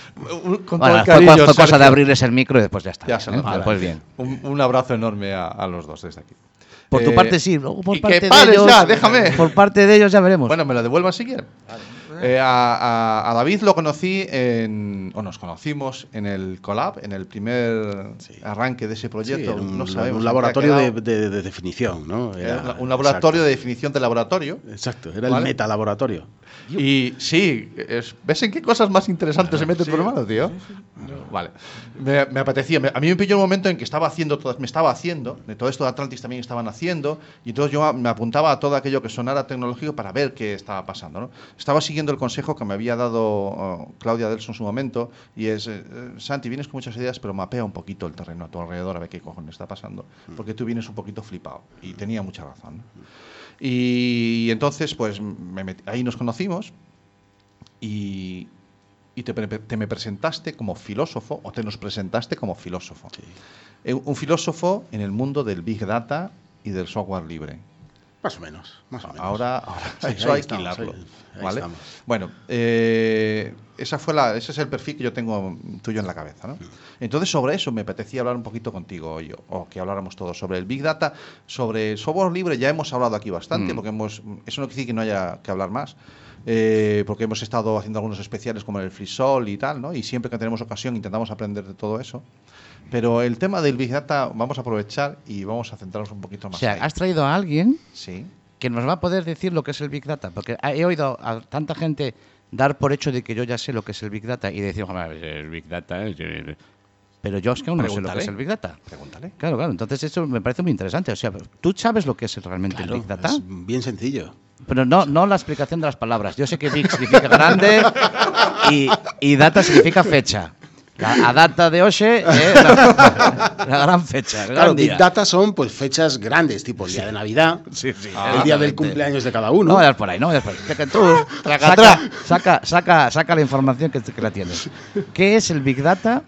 Un- Con todo Bueno, el fue, cariño. fue cosa Sergio. de abrirles el micro y después ya está. Ya ¿eh? se lo hará. Después bien. Un, un abrazo enorme a, a los dos desde aquí. Por tu Eh, parte sí, luego por y parte que de pares ellos. ya, déjame. Por parte de ellos ya veremos. Bueno, me lo devuelvan si quieren. Eh, a, a- a David lo conocí en. o nos conocimos en el Collab, en el primer arranque de ese Sí, proyecto. era un, no sabemos. un en qué ha laboratorio de, quedado. de- de definición, ¿no? Era- Era un laboratorio de definición de laboratorio. Exacto, exacto, era ¿Vale? el metalaboratorio. Y sí, es- ¿ves en qué cosas más interesantes se mete el programa, tío? Vale. Me, me apetecía. me- a mí me pilló un momento en que estaba haciendo, todas, me estaba haciendo, de todo esto de Atlantis también estaban haciendo, y entonces yo me apuntaba a todo aquello que sonara tecnológico para ver qué estaba pasando. ¿no? Estaba siguiendo el consejo que me había dado eh, Claudia Delso en su momento, y es, eh, eh, Santi, vienes con muchas ideas, pero mapea un poquito el terreno a tu alrededor a ver qué cojones está pasando, porque tú vienes un poquito flipado, y tenía mucha razón. ¿no? Y entonces, pues me metí- ahí nos conocimos y, y te, pre- te me presentaste como filósofo, o te nos presentaste como filósofo. Eh, Un filósofo en el mundo del Big Data y del software libre. Más o menos, más o menos. Ahora, ahora Sí, eso ahí hay que estamos, hilarlo. ahí- ahí ¿vale? estamos. Bueno, eh, esa fue la, ese es el perfil que yo tengo tuyo en la cabeza. Mm. ¿no? Entonces, sobre eso me apetecía hablar un poquito contigo hoy, o que habláramos todos sobre el Big Data, sobre el software libre. Ya hemos hablado aquí Mm. bastante, porque hemos, eso no quiere decir que no haya que hablar más. eh, porque hemos estado haciendo algunos especiales como el FreeSol y tal, ¿no? Y siempre que tenemos ocasión intentamos aprender de todo eso. Pero el tema del Big Data vamos a aprovechar y vamos a centrarnos un poquito o más. sea, ahí. has traído a alguien Sí. que nos va a poder decir lo que es el Big Data. Porque he oído a tanta gente dar por hecho de que yo ya sé lo que es el Big Data y decir, "Joder, el Big Data es- es-". Pero yo es que aún no sé lo que Pregúntale. es el Big Data. Pregúntale. Claro, claro. Entonces eso me parece muy interesante. O sea, tú sabes lo que es realmente Claro, el Big Data, es bien sencillo. pero no, no la explicación de las palabras. Yo sé que Big significa grande y, y data significa fecha. La, a data de Oshe es la, la gran fecha. el Claro, gran día. Big Data son pues fechas grandes, tipo el día de Navidad, el día del Exactamente. cumpleaños de cada uno. No vayas por ahí, no vayas por ahí. Saca tú, saca, saca, saca, saca la información que, que la tienes. ¿Qué es el Big Data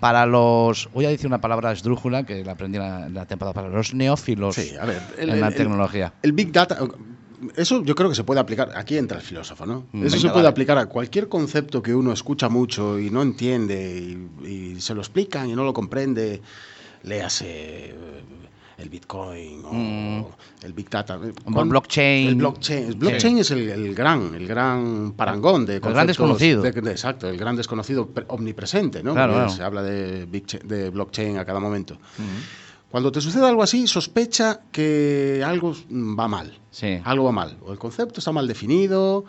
para los. Voy a decir una palabra esdrújula que la aprendí la, la temporada para los neófilos Sí, a ver, el- en la el- tecnología. El Big Data, eso yo creo que se puede aplicar, aquí entra el filósofo, ¿no? Mm, eso venga, se puede dale. aplicar a cualquier concepto que uno escucha mucho y no entiende y, y se lo explican y no lo comprende, léase eh, el Bitcoin o el Big Data. eh, Mm. Como el blockchain. El blockchain, El blockchain es el, el gran, el gran parangón de gran conceptos desconocido. de- de- exacto, el gran desconocido pre- omnipresente, ¿no? Claro, Porque claro. Se habla de, big cha- de blockchain a cada momento. Cuando te sucede algo así, sospecha que algo mm, va mal. Sí. Algo va mal. O el concepto está mal definido,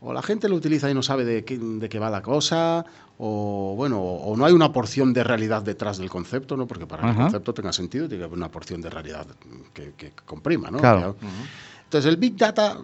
o la gente lo utiliza y no sabe de qué, de qué va la cosa, o bueno, o o no hay una porción de realidad detrás del concepto, ¿no? Porque para que el Ajá. concepto tenga sentido tiene que haber una porción de realidad que, que comprima, ¿no? Claro. Que- Entonces el Big Data,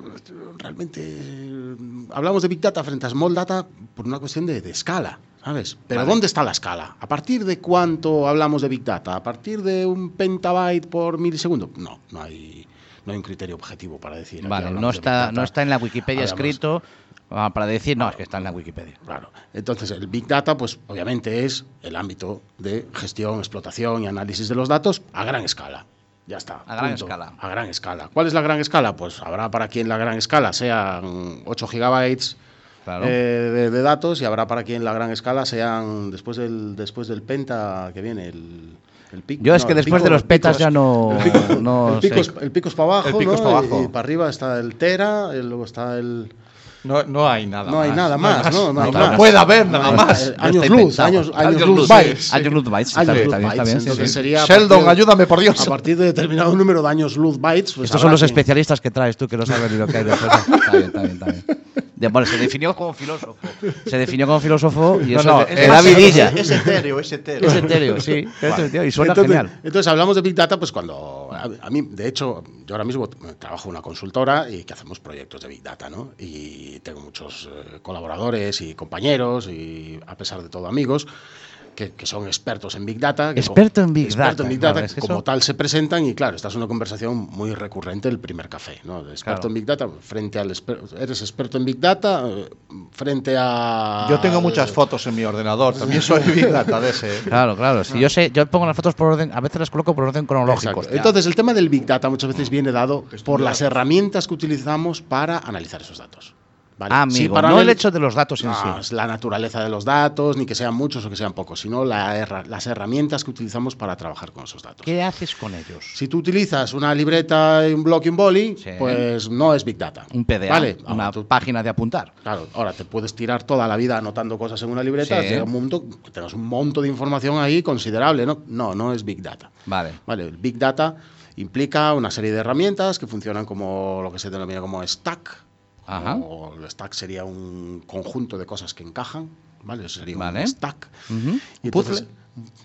realmente, eh, hablamos de Big Data frente a Small Data por una cuestión de, de escala, ¿sabes? Pero ¿dónde está la escala? ¿A partir de cuánto hablamos de Big Data? ¿A partir de un pentabyte por milisegundo? No, no hay, no hay un criterio objetivo para decir. aquí Vale, hablamos no de Big está, Data. no está en la Wikipedia Hablamos- escrito ah, para decir, no, es que está en la Wikipedia. Claro. Entonces, el Big Data, pues obviamente es el ámbito de gestión, explotación y análisis de los datos a gran escala. Ya está. A gran escala. A gran escala. ¿Cuál es la gran escala? Pues habrá para quien la gran escala sean 8 gigabytes Claro. eh, de, de datos y habrá para quien la gran escala sean después del, después del penta que viene, el, el pico. Yo es que el después pico- de los el pico petas es- ya no, no el pico, sé. es, el pico es para abajo, El pico es ¿no? para Y- abajo. Y, para arriba eh, está el tera, y luego está el, No, no hay nada No más. hay nada más, ¿no? No hay No nada. puede haber nada No, más. eh, Años luz, años, años luz bytes. Años luz bytes, Años está bien, luz está bien, está bytes, bien, sí, entonces sí. sería a Sheldon, partir- ayúdame, por Dios. A partir de determinado número de años luz bytes. pues Estos habrá son los que- especialistas que traes tú, que no sabes ni lo que hay después. Está bien, está bien, está bien. Ya, bueno, se definió como filósofo. Se definió como filósofo y No, eso no, le- es le más- da vidilla. Es etéreo, es etéreo. Es etéreo, sí. Este tío, y suena entonces, genial. entonces hablamos de Big Data, pues cuando a, a mí, de hecho, yo ahora mismo trabajo en una consultora y que hacemos proyectos de Big Data, ¿no? Y tengo muchos eh, colaboradores y compañeros y a pesar de todo amigos. Que, que son expertos en Big Data. que Experto en Big Data, experto en Big claro, Data, es que como eso- tal se presentan y claro, esta es una conversación muy recurrente el primer café, ¿no? De Experto Claro. en Big Data frente al... exper- ¿Eres experto en Big Data? eh, Frente a... Yo tengo muchas fotos en mi ordenador. También soy Big Data de ese. ¿eh? Ah. Claro, claro. Si yo sé, yo pongo las fotos por orden, a veces las coloco por orden cronológico. Exacto. hostia. Entonces, el tema del Big Data muchas veces viene dado por las herramientas que utilizamos para analizar esos datos. ¿vale? Ah, amigo, Sí, para no anal- el hecho de Ah. los datos en No, sí. es la naturaleza de los datos, ni que sean muchos o que sean pocos, sino la herra- las herramientas que utilizamos para trabajar con esos datos. ¿Qué haces con ellos? Si tú utilizas una libreta, un bloque y un boli, Sí. pues no es Big Data. Un PDA, ¿vale? una Ahora, tú- página de apuntar. Claro, ahora te puedes tirar toda la vida anotando cosas en una libreta, Sí. llega un momento que tengas un montón de información ahí considerable, ¿no? No, no es Big Data. Vale. Vale, el Big Data implica una serie de herramientas que funcionan como lo que se denomina como stack. Ajá. O el stack sería un conjunto de cosas que encajan. Vale, eso sería Vale. un stack. Ujú. Y ¿Un puzzle? entonces-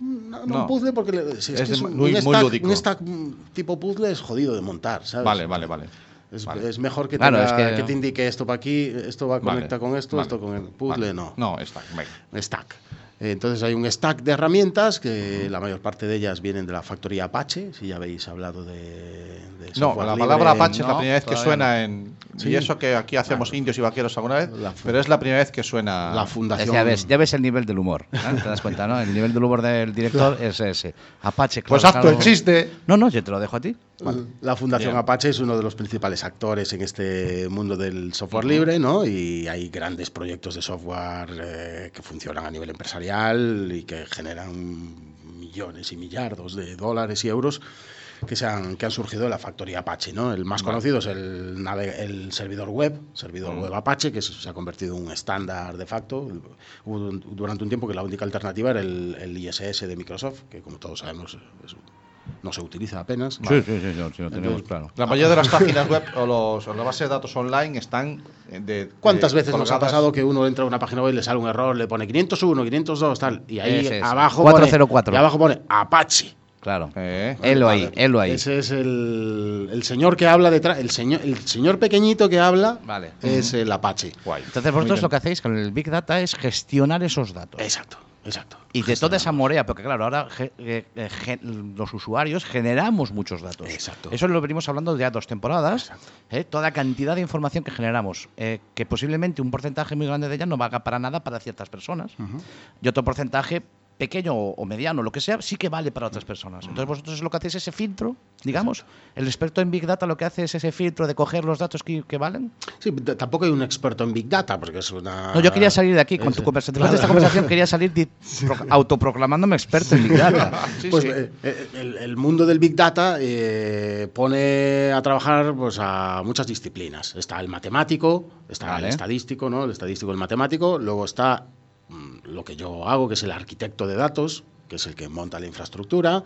No, no, No. un puzzle porque le- si es, Es que es de- un, muy- un muy stack, lúdico. un stack, mm, tipo puzzle es jodido de montar, ¿sabes? Vale, vale, vale. Es, Vale. es mejor que, Claro, tenga- es que- que te indique esto para aquí, esto va a Vale, conectar con esto, vale, esto con el puzzle, vale. no No, está. venga. stack. Eh, Entonces hay un stack de herramientas que la mayor parte de ellas vienen de la factoría Apache, si ya habéis hablado de... de No, software la libre, palabra Apache es no, la primera vez que todavía suena en. Sí. Y eso que aquí hacemos indios y vaqueros alguna vez, La fu- pero es la primera vez que no. suena. La fundación... Ya ves, ya ves el nivel del humor. ¿eh? Te das cuenta, ¿no? El nivel del humor del director es ese. Apache, claro, pues haz tú claro. el chiste. No, no, yo te lo dejo a ti. La Fundación Bien. Apache es uno de los principales actores en este mundo del software libre, ¿no? Y hay grandes proyectos de software eh, que funcionan a nivel empresarial y que generan millones y millardos de dólares y euros que, se han, que han surgido de la factoría Apache, ¿no? El más conocido es el, nave- el servidor web, servidor web Apache, que se se ha convertido en un estándar de facto. Hubo un- durante un tiempo que la única alternativa era el, el ISS de Microsoft, que como todos sabemos es- no se utiliza apenas. Sí, sí, sí, sí, sí, lo tenemos Entonces, claro. La mayoría de las páginas web o, los, o la base de datos online están eh, de. ¿Cuántas de- veces nos ha colgadas- pasado que uno entra a una página web y le sale un error, le pone 501, 502, tal, y ahí Ese es. abajo 404. pone y abajo pone Apache. Claro. Eh, Helo ahí, Vale. helo ahí. Ese es el, el señor que habla detrás, el señor el señor pequeñito que habla Vale. es el Apache. guay. Entonces vosotros lo que hacéis con el Big Data es gestionar esos datos. Exacto, exacto. Y de toda esa morea, porque claro, ahora ge- eh, eh, gen- los usuarios generamos muchos datos. Exacto. Eso lo venimos hablando ya dos temporadas. Exacto. ¿eh? Toda cantidad de información que generamos, eh, que posiblemente un porcentaje muy grande de ella no valga para nada para ciertas personas. Y otro porcentaje pequeño o o mediano, lo que sea, sí que vale para otras personas. Entonces vosotros lo que hacéis es ese filtro, digamos. El experto en Big Data lo que hace es ese filtro de coger los datos que, que valen. Sí, t- tampoco hay un experto en Big Data porque es una No, yo quería salir de aquí con tu conversación. Después de esta conversación quería salir di- pro- autoproclamándome experto en Big Data. Sí, pues sí. eh, eh, el, el mundo del Big Data eh, pone a trabajar pues, a muchas disciplinas. Está el matemático, está Vale. el estadístico, ¿no? El estadístico, el matemático. Luego está mm, lo que yo hago, que es el arquitecto de datos, que es el que monta la infraestructura.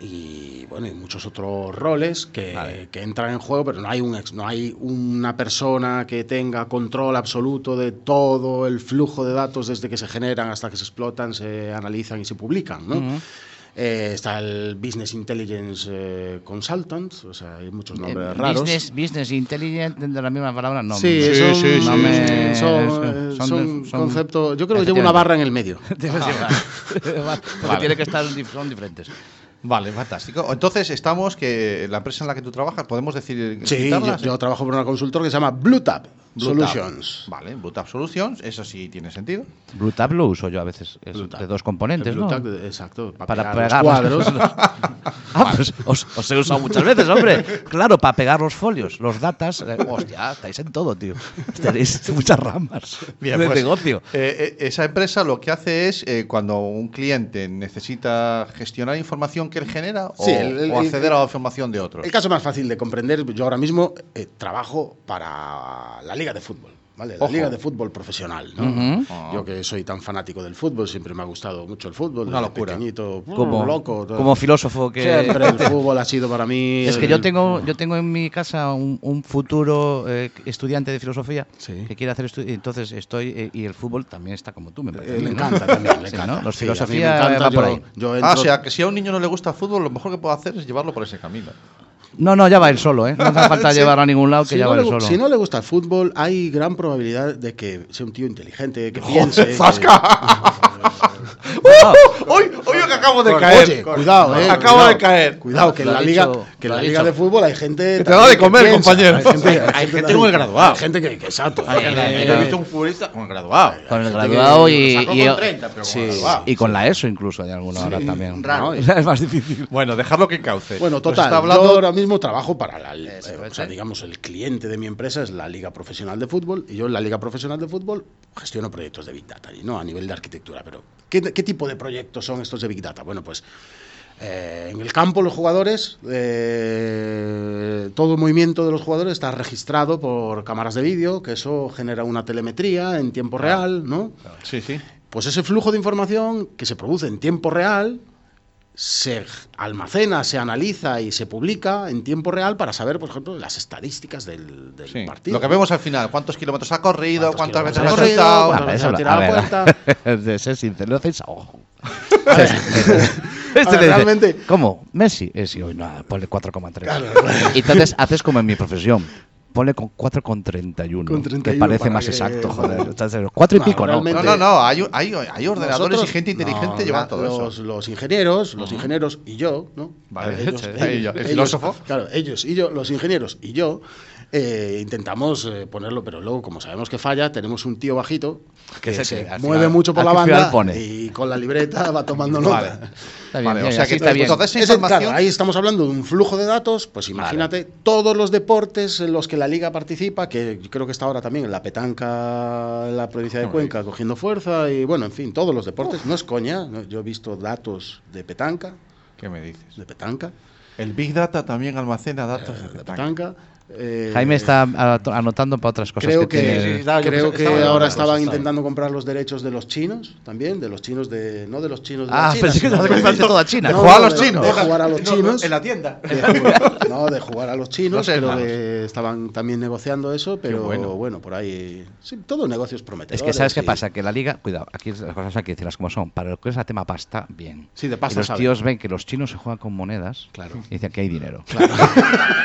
Y bueno, y muchos otros roles que, Vale. que entran en juego, pero no hay, un, ex- no hay una persona que tenga control absoluto de todo el flujo de datos desde que se generan hasta que se explotan, se analizan y se publican. ¿no? Ujú. Eh, está el Business Intelligence eh, Consultant, o sea, hay muchos Eh, nombres raros. Business, business intelligent, de la misma palabra, no. Sí, no. son, sí, sí, no sí, me- sí, sí. son, Son- eh, son- son son- conceptos. Yo creo que llevo una Efectivamente. barra en el medio. Porque tiene que estar, dif- son diferentes. Vale, fantástico. Entonces, estamos que la empresa en la que tú trabajas, podemos decir. Sí, yo, citarla? ¿eh? yo trabajo por una consultora que se llama BlueTab Blue Tab. Solutions. Vale, Bluetooth Solutions, eso sí tiene sentido. Bluetooth lo uso yo a veces, es Blue Tab. de dos componentes, El Blue ¿no? Tab, exacto, para, Para pegar, los pegar los- cuadros. Ah, pues os, os he usado muchas veces, hombre. Claro, para pegar los folios, los datas. eh, hostia, estáis en todo, tío. Tenéis muchas ramas de pues, negocio. eh, eh, esa empresa lo que hace es eh, cuando un cliente necesita gestionar información que él genera o- Sí, el- el- o, acceder a la información de otros. El caso más fácil de comprender, yo ahora mismo eh, trabajo para la Liga de Fútbol. ¿vale? La Ojo. Liga de Fútbol Profesional, ¿no? Ujú. Ah. Yo que soy tan fanático del fútbol, siempre me ha gustado mucho el fútbol. Una desde locura. Pequeñito, uh, Como, loco. todo. como filósofo que... Siempre el fútbol ha sido para mí. Es que el- yo tengo, yo tengo en mi casa un, un futuro eh, estudiante de filosofía Sí. que quiere hacer estudios, entonces estoy eh, y el fútbol también está como tú, me parece. a Eh, mí, le ¿no? encanta también, le Sí, encanta. ¿no? Los Sí, a mí me filosofía encanta, va por yo- ahí. yo Ah, o entro- sea, que si a un niño no le gusta el fútbol, lo mejor que puedo hacer es llevarlo por ese camino. No, no, ya va él solo, ¿eh? No hace falta Sí. llevarlo a ningún lado que Si ya no, va le, él gu- solo. si no le gusta el fútbol, hay gran probabilidad de que sea un tío inteligente, que piense. que- hoy, hoy que acabo de Oye, caer. cuidado, eh. Acabo cuidado. de caer. Cuidado, que en Lo la ha liga, dicho- que en lo la ha liga dicho. de fútbol hay gente. te da de también comer, piensa, compañero. Hay gente, hay gente gente muy también- graduada. Hay gente que, que exacto. Yo he visto un futbolista con el graduado. Con el gente que- graduado y, sacó y- con 30, pero con sí, graduado. y con la ESO incluso hay alguna hora también. raro. Es más difícil. Bueno, dejarlo que cauce. Bueno, Nos total. Está Yo hablando ahora mismo trabajo para la. eh, Eso, o ¿eh? sea, digamos, el cliente de mi empresa es la Liga Profesional de Fútbol. Y yo en la Liga Profesional de Fútbol gestiono proyectos de Big Data. Y no a nivel de arquitectura, pero. ¿Qué, qué tipo de proyectos son estos de Big Data? Bueno, pues. eh, en el campo los jugadores, eh, todo movimiento de los jugadores está registrado por cámaras de vídeo, que eso genera una telemetría en tiempo real, ¿no? Sí, sí. Pues ese flujo de información que se produce en tiempo real se almacena, se analiza y se publica en tiempo real para saber, por ejemplo, las estadísticas del, del sí. partido. Lo que vemos al final, cuántos kilómetros ha corrido, cuántas ¿Cuántos veces ha kilómetros ha saltado. corrido? Cuántas Ah, veces eso ha lo- tirado a a ver, de ser sincero, lo hacéis a ojo. Este A ver, le Este dice, realmente- ¿Cómo? ¿Messi? Eh, sí, hoy no, ponle 4,3. Y entonces haces como en mi profesión. Ponle con 4,31. Con que 31, parece para más que- exacto, joder. Estás en los Cuatro y No, pico, ¿no? realmente- No, no, no. Hay, hay, hay ordenadores Nosotros- y gente inteligente no, llevan la- todo los, eso. Los ingenieros, los ingenieros y yo, ¿no? Vale, y yo, el filósofo. Claro, ellos y yo, los ingenieros y yo, eh, intentamos eh, ponerlo, pero luego, como sabemos que falla, tenemos un tío bajito Que que, es el se que al mueve final- mucho por al la que al final banda pone. y con la libreta va tomando nota. Está bien, Vale, o bien, sea así que está bien. toda esa Ese- claro, información. ahí estamos hablando de un flujo de datos, pues imagínate todos los deportes en los que la liga participa, que yo creo que está ahora también en la petanca en la provincia de Cuenca cogiendo fuerza y bueno, en fin, todos los deportes, no es coña, no, yo he visto datos de petanca, ¿Qué me dices? de petanca, El Big Data también almacena datos. de de petanca. eh, Jaime está a- anotando para otras cosas Creo que, tiene. que, Sí, sí, estaba- yo creo pensé- que estaba yo ahora hablando, estaban estaba. intentando comprar los derechos de los chinos también, de los chinos de. No de los chinos de. Ah, la China, pensé que sino estabas de- comprando toda China. No, Juega a los de- chinos. De jugar a los chinos. En la tienda. de jugar- no, de jugar a los chinos, No sé, pero hermanos. de- estaban también negociando eso, pero bueno. bueno. por ahí. Sí, todo negocios prometedores. Es que sabes qué y- pasa, que la liga, cuidado, aquí las cosas hay que decirlas como son, para lo que es el tema pasta, bien. Sí, de y pasta los sabe. tíos ven que los chinos se juegan con monedas Claro. y dicen que hay dinero.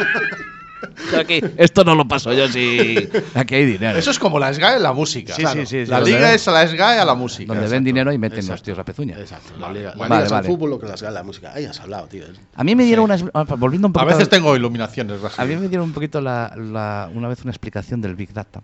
Pero aquí, esto no lo paso yo si aquí hay dinero. Eso es como la SGAE en la música. Sí, sí, sí, sí, la donde liga ven- es la SGAE a la música. Donde ven Exacto. dinero y meten los Exacto. tíos la pezuña. Exacto, la liga, la Vale, liga es el vale. fútbol lo que las gana la música. Ahí has hablado, tío. A mí me dieron unas... ah, pues, Volviendo un A poquito veces al- tengo iluminaciones. Rajiv. A mí me dieron un poquito la, la- una vez una explicación del Big Data.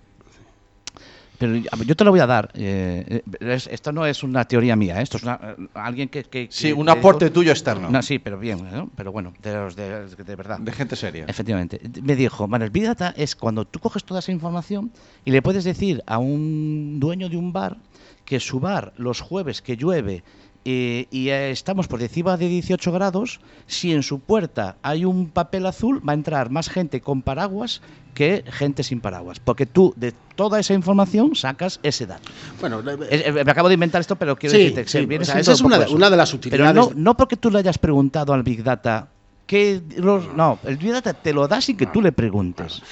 Pero yo yo te lo voy a dar. eh, eh, es- esto no es una teoría mía, ¿eh? esto es una- eh, alguien que, que- Sí, que- un que- aporte tuyo externo. No, sí, pero bien, ¿no? pero bueno, de, los de, de verdad. De gente seria. Efectivamente. Me dijo, bueno, el Big Data es cuando tú coges toda esa información y le puedes decir a un dueño de un bar que su bar los jueves que llueve eh, y eh, estamos por encima de 18 grados, si en su puerta hay un papel azul, va a entrar más gente con paraguas que gente sin paraguas. Porque tú de toda esa información sacas ese dato. Bueno, la- Es- eh, me acabo de inventar esto, pero quiero Sí, decirte que sí, viene o sea, siendo esa es un poco una de- eso. una de las Pero no, utilidades- no porque tú le hayas preguntado al Big Data. Que los- no, el Big Data te lo da sin que tú le preguntes.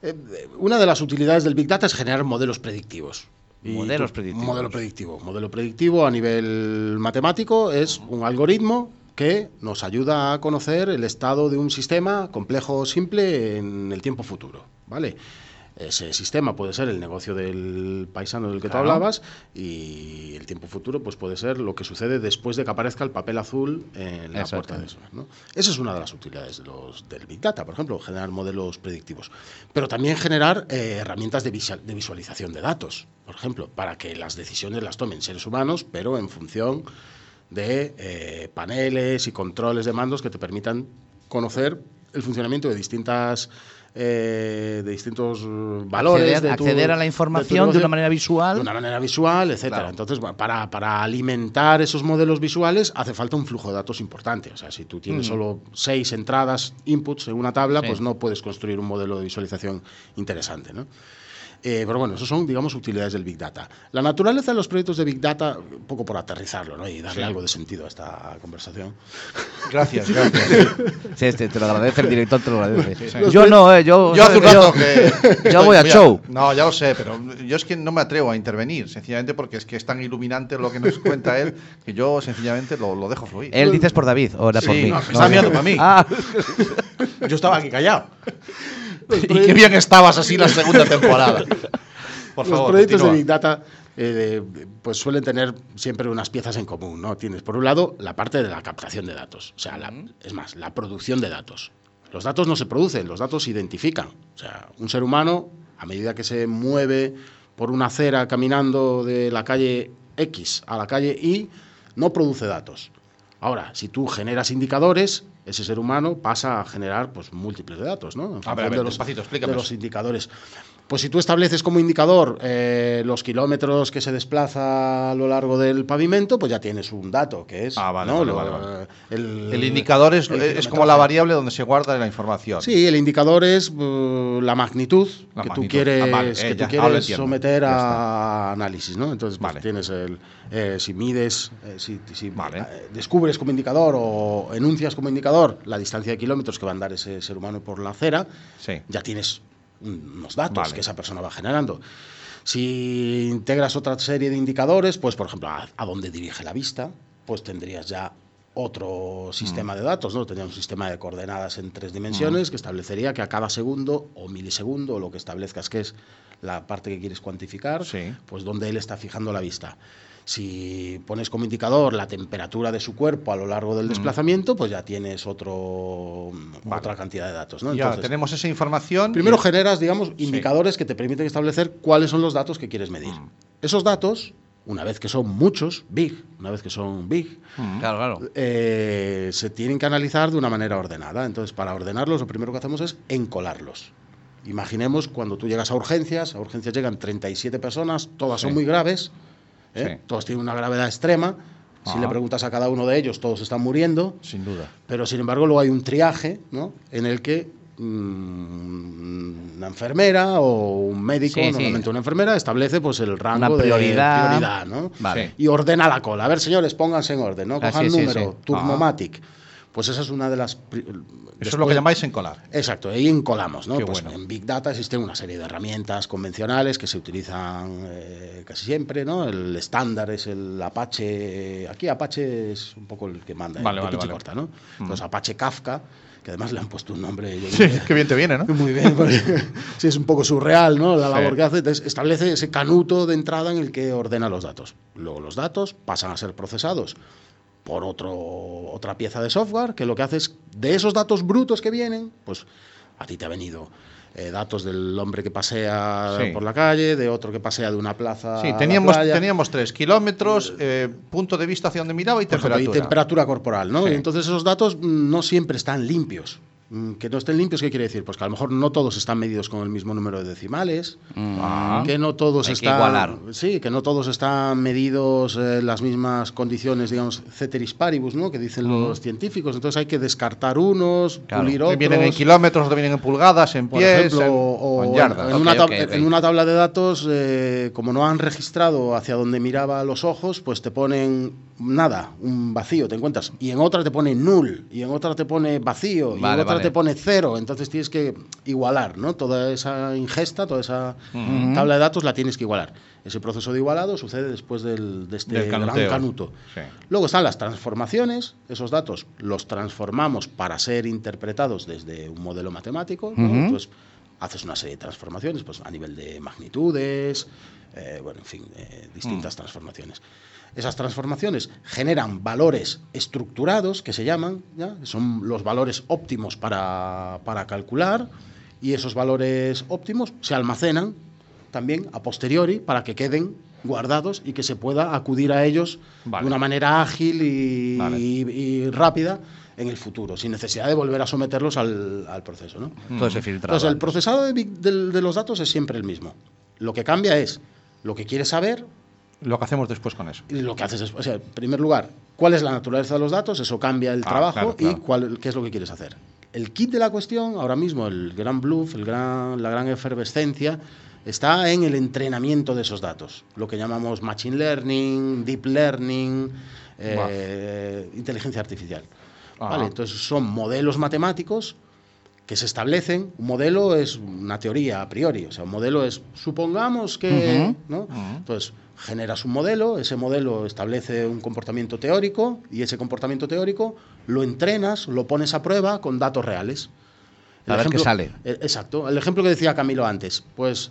eh, una de las utilidades del Big Data es generar modelos predictivos. Modelos tú- predictivos. Modelo predictivo. Modelo predictivo a nivel matemático es un algoritmo que nos ayuda a conocer el estado de un sistema complejo o simple en el tiempo futuro, ¿vale? Ese sistema puede ser el negocio del paisano del que tú hablabas y el tiempo futuro pues puede ser lo que sucede después de que aparezca el papel azul en la puerta de eso. ¿no? Esa es una de las utilidades de los, del Big Data, por ejemplo, generar modelos predictivos. Pero también generar eh, herramientas de, visual- de visualización de datos, por ejemplo, para que las decisiones las tomen seres humanos, pero en función de eh, paneles y controles de mandos que te permitan conocer el funcionamiento de distintas eh, de distintos eh, valores Acceder- de tu- acceder a la de tu información de negocio. una manera visual. de una manera visual etcétera entonces bueno, para, para alimentar esos modelos visuales hace falta un flujo de datos importante o sea si tú tienes solo seis entradas inputs en una tabla pues no puedes construir un modelo de visualización interesante ¿no? Eh, pero bueno, esos son, digamos, utilidades del Big Data. La naturaleza de los proyectos de Big Data, un poco por aterrizarlo ¿no? y darle algo de sentido a esta conversación. Gracias, gracias. Sí, este, te lo agradece el director, te lo Sí, agradece. sí. Yo no, eh, yo, Yo hace un rato yo- que. yo voy a Mira, show. No, ya lo sé, pero yo es que no me atrevo a intervenir, sencillamente porque es que es tan iluminante lo que nos cuenta él que yo sencillamente lo, lo dejo fluir. Él dices por David o era Sí, por mí. no, me estaba mirando para mí. Ah, Yo estaba aquí callado. y qué bien estabas así la segunda temporada. Por los favor, proyectos continúa. de Big Data eh, pues suelen tener siempre unas piezas en común, ¿no? Tienes por un lado la parte de la captación de datos, o sea, la- es más, la producción de datos. Los datos no se producen, los datos se identifican. O sea, un ser humano, a medida que se mueve por una acera caminando de la calle X a la calle Y, no produce datos. Ahora, si tú generas indicadores, ese ser humano pasa a generar pues, múltiples de datos, ¿no? En a función ver, de los- despacito, de explícame los eso. indicadores. Pues si tú estableces como indicador eh, los kilómetros que se desplaza a lo largo del pavimento, pues ya tienes un dato que es Ah, vale, ¿no? vale, Lo- eh, vale, vale. El, El indicador es, eh, el es como la kilometraje. variable donde se guarda la información. Sí, el indicador es uh, la magnitud La que magnitud. tú quieres, Ah, vale, eh, que tú ya, ahora quieres entiendo. someter Ya a análisis, ¿no? Entonces pues, Vale. tienes el eh, si mides, eh, si, si, Vale. eh, descubres como indicador o enuncias como indicador la distancia de kilómetros que va a andar ese ser humano por la acera, Sí. ya tienes un- unos datos Vale. que esa persona va generando. Si integras otra serie de indicadores, pues por ejemplo, a, a dónde dirige la vista, pues tendrías ya otro Mm. sistema de datos, ¿no? Tendrías un sistema de coordenadas en tres dimensiones que establecería que a cada segundo o milisegundo, o lo que establezcas que es la parte que quieres cuantificar, Sí. pues donde él está fijando la vista. Si pones como indicador la temperatura de su cuerpo a lo largo Mm. del desplazamiento, pues ya tienes otro, otra cantidad de datos, ¿no? Y ahora Entonces, tenemos esa información. Primero y- generas, digamos, indicadores que te permiten establecer cuáles son los datos que quieres medir. Mm. Esos datos, una vez que son muchos, big, una vez que son big, Mm. claro, claro. eh, se tienen que analizar de una manera ordenada. Entonces, para ordenarlos, lo primero que hacemos es encolarlos. Imaginemos cuando tú llegas a urgencias, a urgencias llegan 37 personas, todas son Sí. muy graves, ¿eh? Sí. todas tienen una gravedad extrema. Si Ajá. le preguntas a cada uno de ellos, todos están muriendo. Sin duda. Pero sin embargo, luego hay un triaje ¿no? en el que mm, una enfermera o un médico, Sí, sí. normalmente una enfermera, establece pues el rango Una de prioridad. prioridad, ¿no? Vale. Sí. Y ordena la cola. A ver, señores, pónganse en orden, ¿no? Ah, Cojan sí, sí, número, sí. turnomatic. Pues esa es una de las. pri- Eso es lo que después- llamáis encolar. Exacto, ahí encolamos, ¿no? Qué Pues bueno. En Big Data existen una serie de herramientas convencionales que se utilizan eh, casi siempre, ¿no? El estándar es el Apache. Aquí Apache es un poco el que manda, Vale, el vale, que vale. pinche Mm. corta, ¿no? Entonces Apache Kafka, que además le han puesto un nombre. yo Sí, diría, qué bien te viene, ¿no? Muy bien, porque sí, es un poco surreal, ¿no? La Sí. labor que hace. Entonces, establece ese canuto de entrada en el que ordena los datos. Luego los datos pasan a ser procesados por otro, otra pieza de software que lo que hace es, de esos datos brutos que vienen, pues a ti te ha venido eh, datos del hombre que pasea Sí. por la calle, de otro que pasea de una plaza. Sí, a la teníamos, playa. teníamos tres kilómetros, eh, punto de vista hacia donde miraba y Por ejemplo, temperatura. y temperatura corporal, ¿no? Sí. Y entonces esos datos mm, no siempre están limpios. Mm, Que no estén limpios, ¿qué quiere decir? Pues que a lo mejor no todos están medidos con el mismo número de decimales, Mm. que no todos Hay que están igualar. sí que no todos están medidos eh, en las mismas condiciones digamos ceteris paribus no que dicen los científicos entonces hay que descartar unos Claro. pulir Te otros Vienen en kilómetros, otros vienen en pulgadas, en por pies, ejemplo en, o o en en, yardas. en una Ok, tab- ok, ok. en una tabla de datos eh, como no han registrado hacia donde miraba los ojos pues te ponen nada un vacío te encuentras y en otra te pone null y en otra te pone vacío y en Vale, otra vale. te pone cero entonces tienes que igualar no toda esa ingesta toda esa tabla de datos la tienes que igualar ese proceso de igualado sucede después del, de este Del gran canuteo. canuto Sí. Luego están las transformaciones, esos datos los transformamos para ser interpretados desde un modelo matemático, ¿no? Ujú. Entonces, haces una serie de transformaciones pues, a nivel de magnitudes, eh, bueno, en fin, eh, distintas transformaciones. Esas transformaciones generan valores estructurados, que se llaman, ¿ya? son los valores óptimos para, para calcular, y esos valores óptimos se almacenan también a posteriori para que queden guardados y que se pueda acudir a ellos Vale. de una manera ágil y, Vale. y- y rápida en el futuro, sin necesidad de volver a someterlos al, al proceso. ¿no? Mm. Todo se filtra. Entonces, el procesado de, big- del- de los datos es siempre el mismo. Lo que cambia es lo que quieres saber Lo que hacemos después con eso. y lo que haces después. O sea, en primer lugar, ¿cuál es la naturaleza de los datos? Eso cambia el Ah, trabajo claro, claro. y cuál, qué es lo que quieres hacer. El kit de la cuestión, ahora mismo, el gran bluff, el gran, la gran efervescencia, está en el entrenamiento de esos datos, lo que llamamos Machine Learning, Deep Learning, eh, inteligencia artificial. Ah. Vale, entonces son modelos matemáticos que se establecen. Un modelo es una teoría a priori, o sea, un modelo es, supongamos que, ¿no? Entonces, generas un modelo, ese modelo establece un comportamiento teórico y ese comportamiento teórico lo entrenas, lo pones a prueba con datos reales. A ver qué sale. e- Exacto. El ejemplo que decía Camilo antes, pues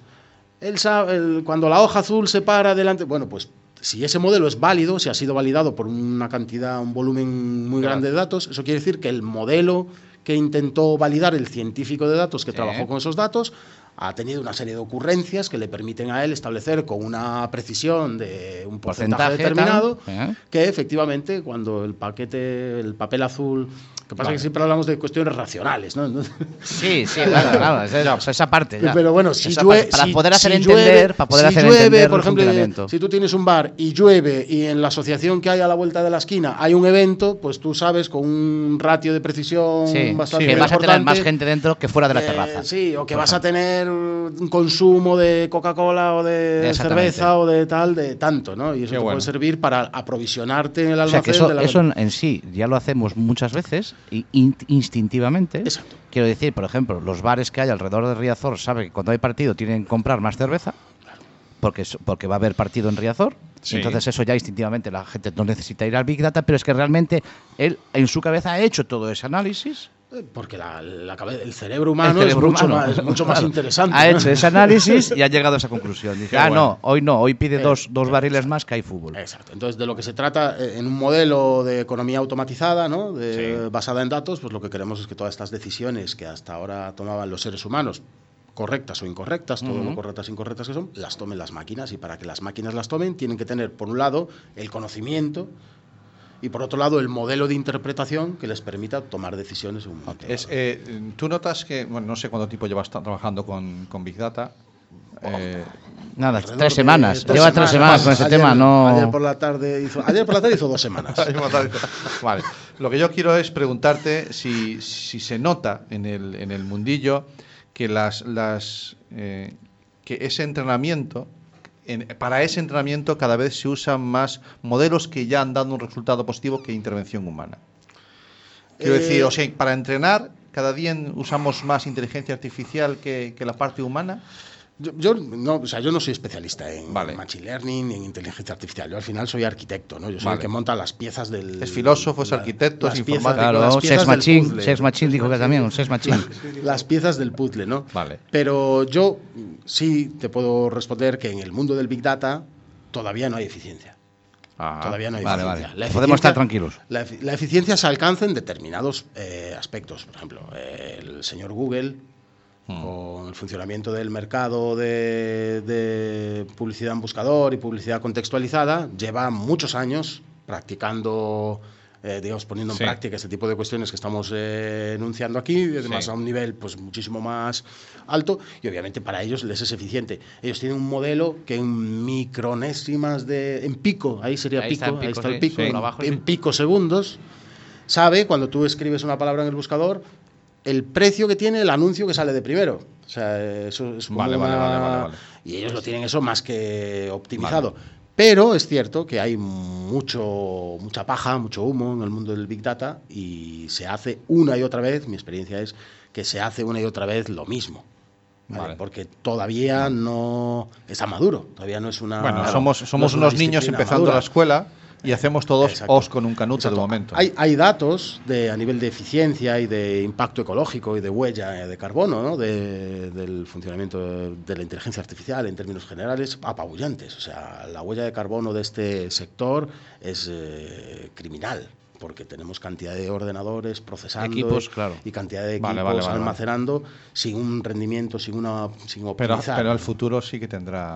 él sabe, el- cuando la hoja azul se para delante, bueno, pues si ese modelo es válido, si ha sido validado por una cantidad, un volumen muy grande de datos, eso quiere decir que el modelo que intentó validar el científico de datos que Sí. trabajó con esos datos ha tenido una serie de ocurrencias que le permiten a él establecer con una precisión de un Porcentaje, porcentaje, determinado tal, ¿eh? que efectivamente cuando el paquete, el papel azul, que pasa que siempre hablamos de cuestiones racionales, ¿no? Entonces- Sí, sí, claro, claro. Esa, esa- esa parte. Eh, ya. Pero bueno, si Esa llueve. parte, Para si- poder hacer si entender. llueve- para poder si hacer llueve, entender por el ejemplo, funcionamiento. si tú tienes un bar y llueve y en la asociación que hay a la vuelta de la esquina hay un evento, pues tú sabes con un ratio de precisión Sí, bastante que vas a tener importante, más gente dentro que fuera de la eh, terraza. sí, o que Por vas a tener un consumo de Coca-Cola o de Exactamente. cerveza o de tal, de tanto, ¿no? Y eso Qué te bueno. puede servir para aprovisionarte en el O sea, almacén que eso, de la eso en, en sí ya lo hacemos muchas veces i- in- instintivamente. Exacto. Quiero decir, por ejemplo, los bares que hay alrededor de Riazor saben que cuando hay partido tienen que comprar más cerveza porque, es- porque va a haber partido en Riazor. Sí. Entonces eso ya instintivamente la gente no necesita ir al Big Data, pero es que realmente él en su cabeza ha hecho todo ese análisis. Porque la, la cabe- el cerebro humano El cerebro es mucho, humano. Más, es mucho más Claro. interesante. Ha ¿no? hecho ese análisis y ha llegado a esa conclusión. Dice, Qué ah, bueno. no, hoy no, hoy pide Eh, dos, dos eh, barriles más que hay fútbol. Exacto. Entonces, de lo que se trata eh, en un modelo de economía automatizada, ¿no? De- Sí. basada en datos, pues lo que queremos es que todas estas decisiones que hasta ahora tomaban los seres humanos, correctas o incorrectas, todo lo correctas e incorrectas que son, las tomen las máquinas. Y para que las máquinas las tomen, tienen que tener, por un lado, el conocimiento y, por otro lado, el modelo de interpretación que les permita tomar decisiones en un momento. Es, dado. eh, Tú notas que, bueno, no sé cuánto tiempo llevas tra- trabajando con, con Big Data. Eh, Nada, Alrededor tres de semanas. Lleva tres semanas con ese Ayer- tema, no. Ayer por la tarde hizo, ayer por la tarde hizo dos semanas. vale. Lo que yo quiero es preguntarte si, si se nota en el, en el mundillo que las, las eh, que ese entrenamiento en- para ese entrenamiento cada vez se usan más modelos que ya han dado un resultado positivo que intervención humana. Quiero Eh, decir, o sea, para entrenar cada día en- usamos más inteligencia artificial que, que la parte humana. Yo, yo no, o sea, yo no soy especialista en Vale. machine learning ni en inteligencia artificial. Yo al final soy arquitecto, ¿no? Yo soy Vale. el que monta las piezas del. Es filósofo, es arquitecto, es informático. las Claro, piezas Sex del Machine, puzzle. Sex Machine dijo que también, un Sex Machine. Las piezas del puzzle, ¿no? Vale. Pero yo mm, sí te puedo responder que en el mundo del Big Data todavía no hay eficiencia. Todavía no hay Ah, vale, eficiencia. vale. La Podemos estar eficiencia- tranquilos. La, efi- la eficiencia se alcanza en determinados eh, aspectos. Por ejemplo, eh, el señor Google, Hmm. con el funcionamiento del mercado de, de publicidad en buscador y publicidad contextualizada, lleva muchos años practicando, eh, digamos, poniendo en Sí. práctica este tipo de cuestiones que estamos eh, enunciando aquí, y además Sí. a un nivel pues muchísimo más alto, y obviamente para ellos les es eficiente. Ellos tienen un modelo que en micronésimas de. en pico, ahí sería Ahí pico, está el ahí pico, está el sí, pico, sí, en, por abajo, en sí. pico segundos, sabe cuando tú escribes una palabra en el buscador el precio que tiene el anuncio que sale de primero. O sea, eso es como Vale, vale, una- vale, vale, vale. Y ellos lo tienen eso más que optimizado. Pero es cierto que hay mucho, mucha paja, mucho humo en el mundo del Big Data y se hace una y otra vez, mi experiencia es que se hace una y otra vez lo mismo. ¿vale? Vale. Porque todavía no está maduro, todavía no es una... Bueno, claro, somos, no es somos una unos niños disciplina empezando la madura. escuela y hacemos todos Exacto. os con un canuto de momento. Hay, hay datos de, a nivel de eficiencia y de impacto ecológico y de huella eh, de carbono ¿no? de- del funcionamiento de, de la inteligencia artificial en términos generales apabullantes. O sea, la huella de carbono de este sector es eh, criminal porque tenemos cantidad de ordenadores procesando Equipos, claro. y cantidad de equipos Vale, vale, vale, vale. almacenando sin un rendimiento, sin una sin pero, optimizar. pero el futuro sí que tendrá.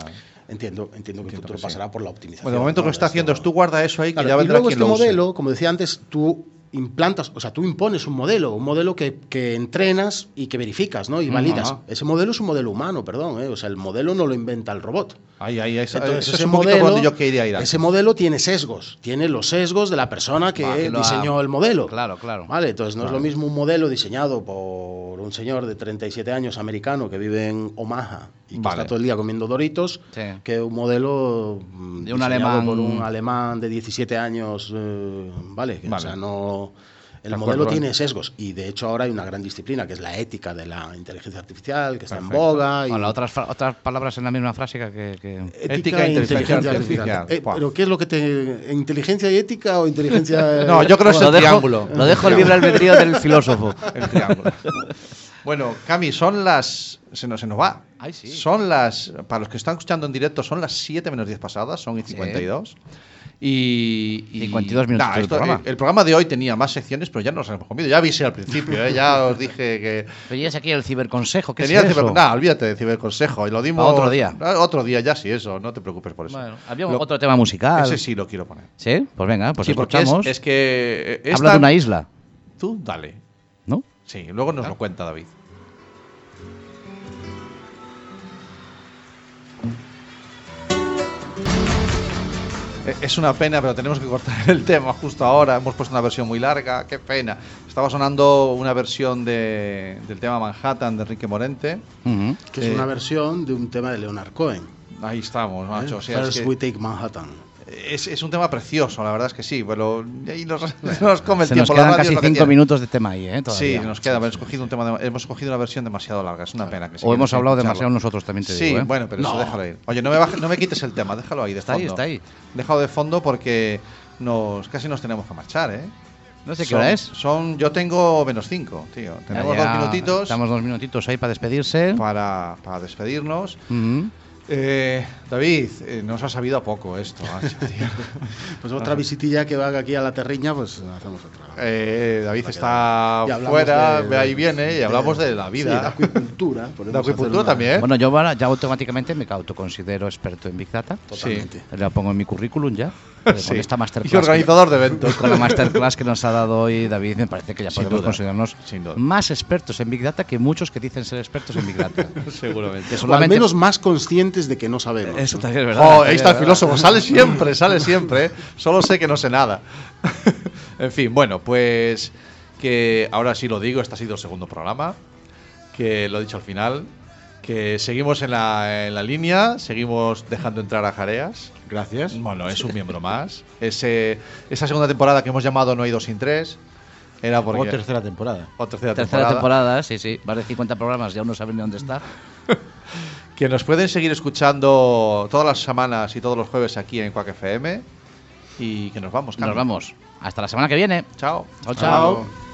entiendo, entiendo que el Entiendo futuro que sí. pasará por la optimización. Bueno, de momento ¿no? lo que está Esto- haciendo es tú guarda eso ahí que Claro, ya y vendrá luego quien este lo use. modelo, como decía antes, tú implantas, o sea, tú impones un modelo, un modelo que, que entrenas y que verificas, ¿no? Y validas. Mm, ajá. Ese modelo es un modelo humano, perdón, ¿eh? o sea, el modelo no lo inventa el robot. Ahí, ahí, ahí, Entonces, eso ese, es un poquito por modelo, donde yo quería ir antes. ese modelo tiene sesgos, tiene los sesgos de la persona que Ah, que lo ha- diseñó el modelo. Claro, claro. Vale, entonces no es lo mismo un modelo diseñado por un señor de 37 años americano que vive en Omaha y que Vale. está todo el día comiendo doritos Sí. que un modelo mm, De un diseñado alemán. por un alemán de 17 años, eh, vale, que, Vale. o sea, no el De modelo acuerdo. tiene sesgos y de hecho ahora hay una gran disciplina que es la ética de la inteligencia artificial que está en Perfecto. boga y Bueno, otras, fra- otras palabras en la misma frase que... que- Ética e inteligencia artificial. Eh, pero ¿qué es lo que te inteligencia y ética o inteligencia No, yo creo que es Lo el dejo- triángulo. Lo dejo el libre albedrío del filósofo. El triángulo. Bueno, Cami, son las. Se nos, se nos va. Ay, sí. Son las. Para los que están escuchando en directo, son las 7 menos 10 pasadas, son y 52. Y, y- 52 minutos Nah, del esto- programa. eh, El programa de hoy tenía más secciones, pero ya nos hemos comido. Ya avisé al principio, ¿eh? ya os dije que. Pero llegas aquí el ciberconsejo, ¿qué tenía es ciber- eso? Nah, olvídate de ciberconsejo. Y lo dimos. Para otro día. Ah, Otro día, ya sí, eso. No te preocupes por eso. Bueno, había Lo- otro tema musical. Ese sí lo quiero poner. Sí, pues venga, pues Sí, porque es- escuchamos. Es, que. eh, es Habla de tan- una isla, Tú dale. ¿no? Sí, luego nos lo cuenta David. Eh, Es una pena, pero tenemos que cortar el tema justo ahora. Hemos puesto una versión muy larga, qué pena. Estaba sonando una versión de- del tema Manhattan de Enrique Morente. Ujú. que es eh, una versión de un tema de Leonard Cohen. Ahí estamos, ¿eh? macho. o sea, es First que- we take Manhattan. es, es un tema precioso, la verdad es que sí. Pero ahí nos, nos come el Se nos tiempo. la quedan radio es casi lo que cinco tiene. minutos de tema ahí, ¿eh? Todavía. Sí, nos queda. haber escogido un tema de- hemos escogido una versión demasiado larga. Es una pena que O hemos sí, escucharlo. hablado demasiado nosotros, también te Sí, digo, ¿eh? bueno, pero eso No. déjalo ir. Oye, no me, baje- no me quites el tema, déjalo ahí de Está ahí, fondo. está ahí. Déjalo de fondo porque nos casi nos tenemos que marchar, ¿eh? No sé qué Son- hora es. Ah, Son, yo tengo menos cinco, tío. Tenemos Ya, ya dos minutitos Estamos dos minutitos ahí para despedirse. para, para despedirnos. Ujú. Eh, David, eh, nos ha sabido a poco esto, macho, tío. Pues otra visitilla que va aquí a la terriña, pues hacemos otra. Eh, David Va a está Y hablamos fuera, de- ve ahí viene y de- hablamos de la Sí, de vida. acuicultura. de acuicultura también. Bueno, yo ahora ya automáticamente me autoconsidero experto en Big Data. Totalmente. Lo pongo en mi currículum ya. eh, Sí. Con esta Y masterclass. que- organizador de eventos. con la masterclass que nos ha dado hoy David, me parece que ya Sin podemos duda, considerarnos sin duda. más expertos en Big Data que muchos que dicen ser expertos en Big Data. Seguramente. Que O al solamente- menos más conscientes de que no sabemos. Eso ¿no? también es verdad. Oh, también ahí es está el verdad. filósofo. Sale siempre, sale siempre. ¿eh? Solo sé que no sé nada. en fin, bueno, pues que ahora sí lo digo, este ha sido el segundo programa, que lo he dicho al final, que seguimos en la, en la línea, seguimos dejando entrar a Jareas. Gracias. Bueno, es un miembro más. Ese, esa segunda temporada que hemos llamado No hay dos sin tres, era porque... O tercera temporada. o tercera Tercera temporada, sí, sí. Más de 50 programas, ya uno sabe ni dónde está. Que nos pueden seguir escuchando todas las semanas y todos los jueves aquí en Quack FM. Y que nos vamos, Nos Carmen. vamos. Hasta la semana que viene. Chao. chao. chao. Chao.